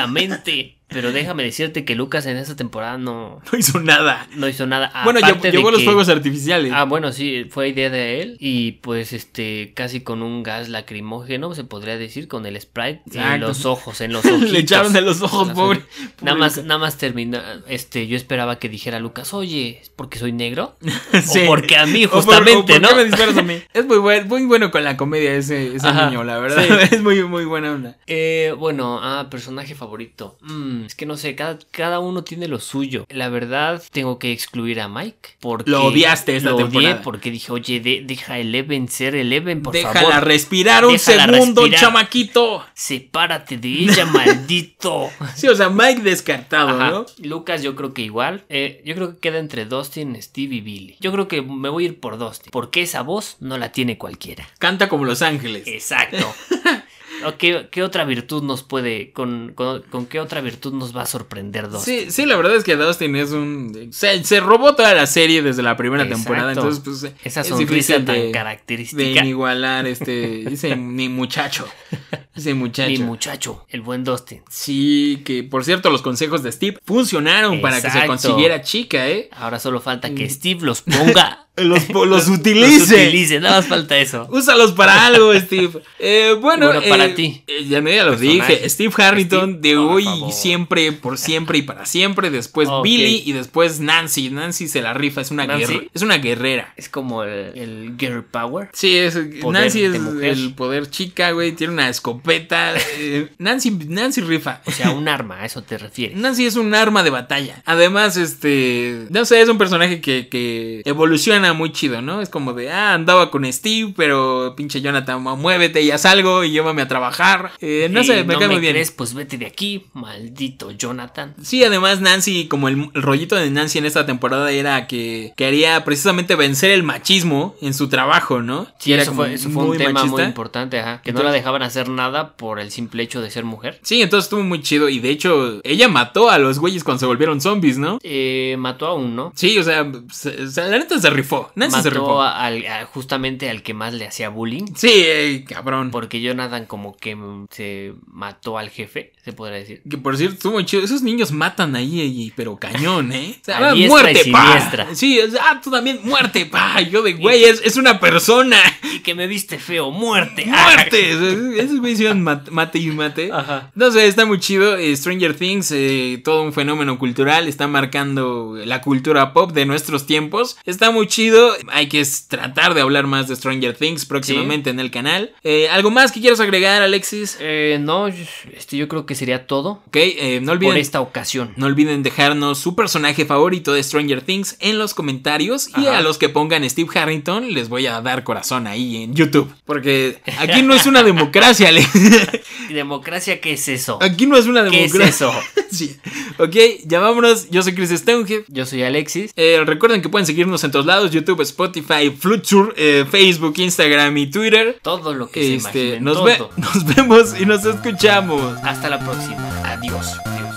[SPEAKER 3] justamente. Pero déjame decirte que Lucas en esta temporada no,
[SPEAKER 1] No hizo nada.
[SPEAKER 3] no hizo nada.
[SPEAKER 1] bueno,
[SPEAKER 3] aparte
[SPEAKER 1] lle-
[SPEAKER 3] de
[SPEAKER 1] llevó los
[SPEAKER 3] que-
[SPEAKER 1] fuegos artificiales.
[SPEAKER 3] Ah, bueno, sí, fue idea de él. Y pues, este, casi con un gas lacrimógeno, se podría decir, con el sprite en
[SPEAKER 1] Exacto.
[SPEAKER 3] los ojos, en los ojitos.
[SPEAKER 1] Le echaron de los ojos,
[SPEAKER 3] Las
[SPEAKER 1] pobre.
[SPEAKER 3] Nada
[SPEAKER 1] pobre
[SPEAKER 3] más,
[SPEAKER 1] Lucas.
[SPEAKER 3] nada más termina. Este, yo esperaba que dijera Lucas, oye, ¿es porque soy negro?
[SPEAKER 1] Sí.
[SPEAKER 3] O porque a mí,
[SPEAKER 1] O por-
[SPEAKER 3] justamente,
[SPEAKER 1] o por qué
[SPEAKER 3] ¿no?
[SPEAKER 1] me disparas a mí? Es muy bueno, muy bueno con la comedia ese, ese
[SPEAKER 3] Ajá,
[SPEAKER 1] niño, la verdad. Es muy, muy buena onda.
[SPEAKER 3] Eh, bueno, ah, personaje favorito. Mm, es que no sé, cada, cada uno tiene lo suyo. La verdad, tengo que excluir a Mike. Porque
[SPEAKER 1] Lo odiaste esta
[SPEAKER 3] lo odié
[SPEAKER 1] temporada.
[SPEAKER 3] porque dije, oye, de- deja a Eleven ser Eleven, por
[SPEAKER 1] Déjala
[SPEAKER 3] favor.
[SPEAKER 1] respirar un
[SPEAKER 3] Déjala
[SPEAKER 1] segundo,
[SPEAKER 3] respirar.
[SPEAKER 1] chamaquito.
[SPEAKER 3] Sepárate de ella, maldito.
[SPEAKER 1] Sí, o sea, Mike descartado,
[SPEAKER 3] Ajá.
[SPEAKER 1] ¿no?
[SPEAKER 3] Lucas, yo creo que igual. Eh, yo creo que queda entre Dustin, Steve y Billy. Yo creo que me voy a ir por Dustin. Porque esa voz no la tiene cualquiera.
[SPEAKER 1] Canta como Los Ángeles.
[SPEAKER 3] Eh, Exacto. ¿O ¿Qué, qué otra virtud nos puede, con, con- con qué otra virtud nos va a sorprender Dustin?
[SPEAKER 1] Sí, sí, la verdad es que Dustin es un... Se, se robó toda la serie desde la primera
[SPEAKER 3] Exacto.
[SPEAKER 1] temporada, entonces pues...
[SPEAKER 3] Esa
[SPEAKER 1] es
[SPEAKER 3] sonrisa
[SPEAKER 1] difícil
[SPEAKER 3] tan
[SPEAKER 1] de- De
[SPEAKER 3] característica.
[SPEAKER 1] inigualar, este... Dice mi muchacho. Dice muchacho.
[SPEAKER 3] Mi muchacho, el buen Dustin.
[SPEAKER 1] Sí, que por cierto, los consejos de Steve funcionaron para que se
[SPEAKER 3] Exacto.
[SPEAKER 1] consiguiera chica, ¿eh?
[SPEAKER 3] Ahora solo falta
[SPEAKER 1] Mm.
[SPEAKER 3] que Steve los ponga.
[SPEAKER 1] Eh, Los, po- los
[SPEAKER 3] Los utilice, nada más falta eso.
[SPEAKER 1] Úsalos para algo, Steve. Eh, bueno,
[SPEAKER 3] Bueno, para
[SPEAKER 1] eh,
[SPEAKER 3] ti.
[SPEAKER 1] eh, ya, me- ya los
[SPEAKER 3] Personaje.
[SPEAKER 1] dije. Steve Harrington
[SPEAKER 3] Steve,
[SPEAKER 1] de
[SPEAKER 3] por
[SPEAKER 1] hoy y
[SPEAKER 3] favor.
[SPEAKER 1] siempre, por siempre y para siempre. Después
[SPEAKER 3] Ok.
[SPEAKER 1] Billy y después Nancy. Nancy se la rifa, es una,
[SPEAKER 3] Nancy.
[SPEAKER 1] guerre- es una guerrera.
[SPEAKER 3] Es como el, el girl power.
[SPEAKER 1] Sí, es, Nancy
[SPEAKER 3] de
[SPEAKER 1] es
[SPEAKER 3] mujer.
[SPEAKER 1] el poder chica, güey. Tiene una escopeta. eh, Nancy, Nancy rifa.
[SPEAKER 3] O sea, un arma, a eso te refieres.
[SPEAKER 1] Nancy es un arma de batalla. Además, este. No sé, es un personaje que, que evoluciona muy chido, ¿no? Es como de, ah, andaba con Steve, pero pinche Jonathan, ma, muévete y haz algo y llévame a trabajar. Eh, no
[SPEAKER 3] Eh,
[SPEAKER 1] sé, me cae muy bien.
[SPEAKER 3] crees, pues vete de aquí, maldito Jonathan.
[SPEAKER 1] Sí, además Nancy, como el, el rollito de Nancy en esta temporada era que quería precisamente vencer el machismo en su trabajo, ¿no?
[SPEAKER 3] Sí,
[SPEAKER 1] Era
[SPEAKER 3] eso
[SPEAKER 1] como
[SPEAKER 3] fue, eso fue un
[SPEAKER 1] muy
[SPEAKER 3] tema muy
[SPEAKER 1] machista.
[SPEAKER 3] importante, ajá. Que no
[SPEAKER 1] Entonces-
[SPEAKER 3] la dejaban hacer nada por el simple hecho de ser mujer.
[SPEAKER 1] Sí, entonces estuvo muy chido y de hecho ella mató a los güeyes cuando se volvieron zombies, ¿no?
[SPEAKER 3] Eh, mató a uno.
[SPEAKER 1] Sí, o sea, se- se- la neta se rifó. Nancy se rifó.
[SPEAKER 3] Mató a- al- a- justamente al que más le hacía bullying.
[SPEAKER 1] Sí, eh, cabrón.
[SPEAKER 3] Porque Jonathan como que mm, se mató al jefe, se podría decir.
[SPEAKER 1] Que por cierto, estuvo muy chido. Esos niños matan ahí, ahí, pero cañón, ¿eh? O sea,
[SPEAKER 3] A
[SPEAKER 1] ah,
[SPEAKER 3] diestra
[SPEAKER 1] muerte,
[SPEAKER 3] y
[SPEAKER 1] pa.
[SPEAKER 3] siniestra.
[SPEAKER 1] Sí, o sea, ah, tú también, muerte, pa. Yo de, güey, es, es una persona.
[SPEAKER 3] Y que me viste feo, muerte.
[SPEAKER 1] Muerte. O sea, Esos güeyes hicieron mat- mate y mate.
[SPEAKER 3] Ajá.
[SPEAKER 1] No sé, está muy chido. eh, Stranger Things, eh, todo un fenómeno cultural, está marcando la cultura pop de nuestros tiempos. Está muy chido. Hay que s- tratar de hablar más de Stranger Things próximamente en el canal. Eh, ¿Algo más que quieras agregar, Alexis?
[SPEAKER 3] Eh, no, yo- este, yo creo que sería todo
[SPEAKER 1] Ok, eh, no olviden.
[SPEAKER 3] por esta ocasión.
[SPEAKER 1] No olviden dejarnos su personaje favorito de Stranger Things en los comentarios y
[SPEAKER 3] Ajá.
[SPEAKER 1] a los que pongan Steve Harrington les voy a dar corazón ahí en YouTube. Porque aquí no es una democracia, Ale.
[SPEAKER 3] ¿Democracia qué es eso?
[SPEAKER 1] Aquí no es una
[SPEAKER 3] ¿Qué es
[SPEAKER 1] democracia.
[SPEAKER 3] eso?
[SPEAKER 1] Sí. Ok, ya vámonos. Yo soy Chris Stonehenge.
[SPEAKER 3] Yo soy Alexis.
[SPEAKER 1] Eh, recuerden que pueden seguirnos en todos lados, YouTube, Spotify, Fluture, eh, Facebook, Instagram y Twitter.
[SPEAKER 3] Todo lo que se
[SPEAKER 1] Este,
[SPEAKER 3] imaginen,
[SPEAKER 1] nos,
[SPEAKER 3] todo.
[SPEAKER 1] ve- nos vemos y nos escuchamos.
[SPEAKER 3] Hasta la próxima. Adiós. Adiós.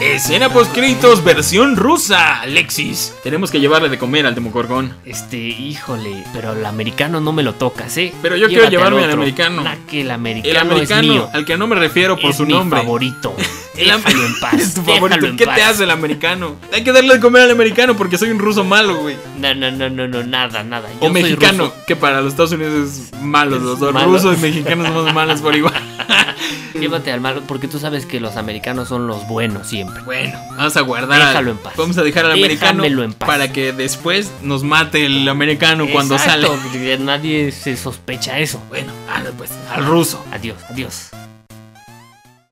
[SPEAKER 1] Escena postcritos versión rusa, Alexis. Tenemos que llevarle de comer al Demogorgón.
[SPEAKER 3] Este, híjole, pero el americano no me lo tocas, ¿eh?
[SPEAKER 1] Pero yo quiero llevarme al americano.
[SPEAKER 3] La que el americano,
[SPEAKER 1] El americano,
[SPEAKER 3] es mío.
[SPEAKER 1] al que no me refiero por
[SPEAKER 3] es
[SPEAKER 1] su
[SPEAKER 3] mi
[SPEAKER 1] nombre.
[SPEAKER 3] favorito.
[SPEAKER 1] El am-
[SPEAKER 3] Déjalo en paz.
[SPEAKER 1] Es tu
[SPEAKER 3] déjalo
[SPEAKER 1] favorito.
[SPEAKER 3] en
[SPEAKER 1] ¿Qué
[SPEAKER 3] paz.
[SPEAKER 1] te hace el americano? Hay que darle de comer al americano porque soy un ruso malo, güey.
[SPEAKER 3] No, no, no, no, no, nada, nada. Yo
[SPEAKER 1] O
[SPEAKER 3] soy
[SPEAKER 1] mexicano,
[SPEAKER 3] ruso.
[SPEAKER 1] que para los Estados Unidos es malo.
[SPEAKER 3] Es
[SPEAKER 1] Los dos
[SPEAKER 3] malo.
[SPEAKER 1] rusos y mexicanos somos malos por igual.
[SPEAKER 3] Llévate al malo porque tú sabes que los americanos son los buenos siempre.
[SPEAKER 1] Bueno, vamos a guardar. al-
[SPEAKER 3] Déjalo en paz.
[SPEAKER 1] Vamos a dejar al americano
[SPEAKER 3] Déjamelo en paz.
[SPEAKER 1] para que después nos mate el americano cuando sale.
[SPEAKER 3] Exacto, porque Nadie se sospecha eso.
[SPEAKER 1] Bueno, ala, pues, al ruso.
[SPEAKER 3] Adiós, adiós.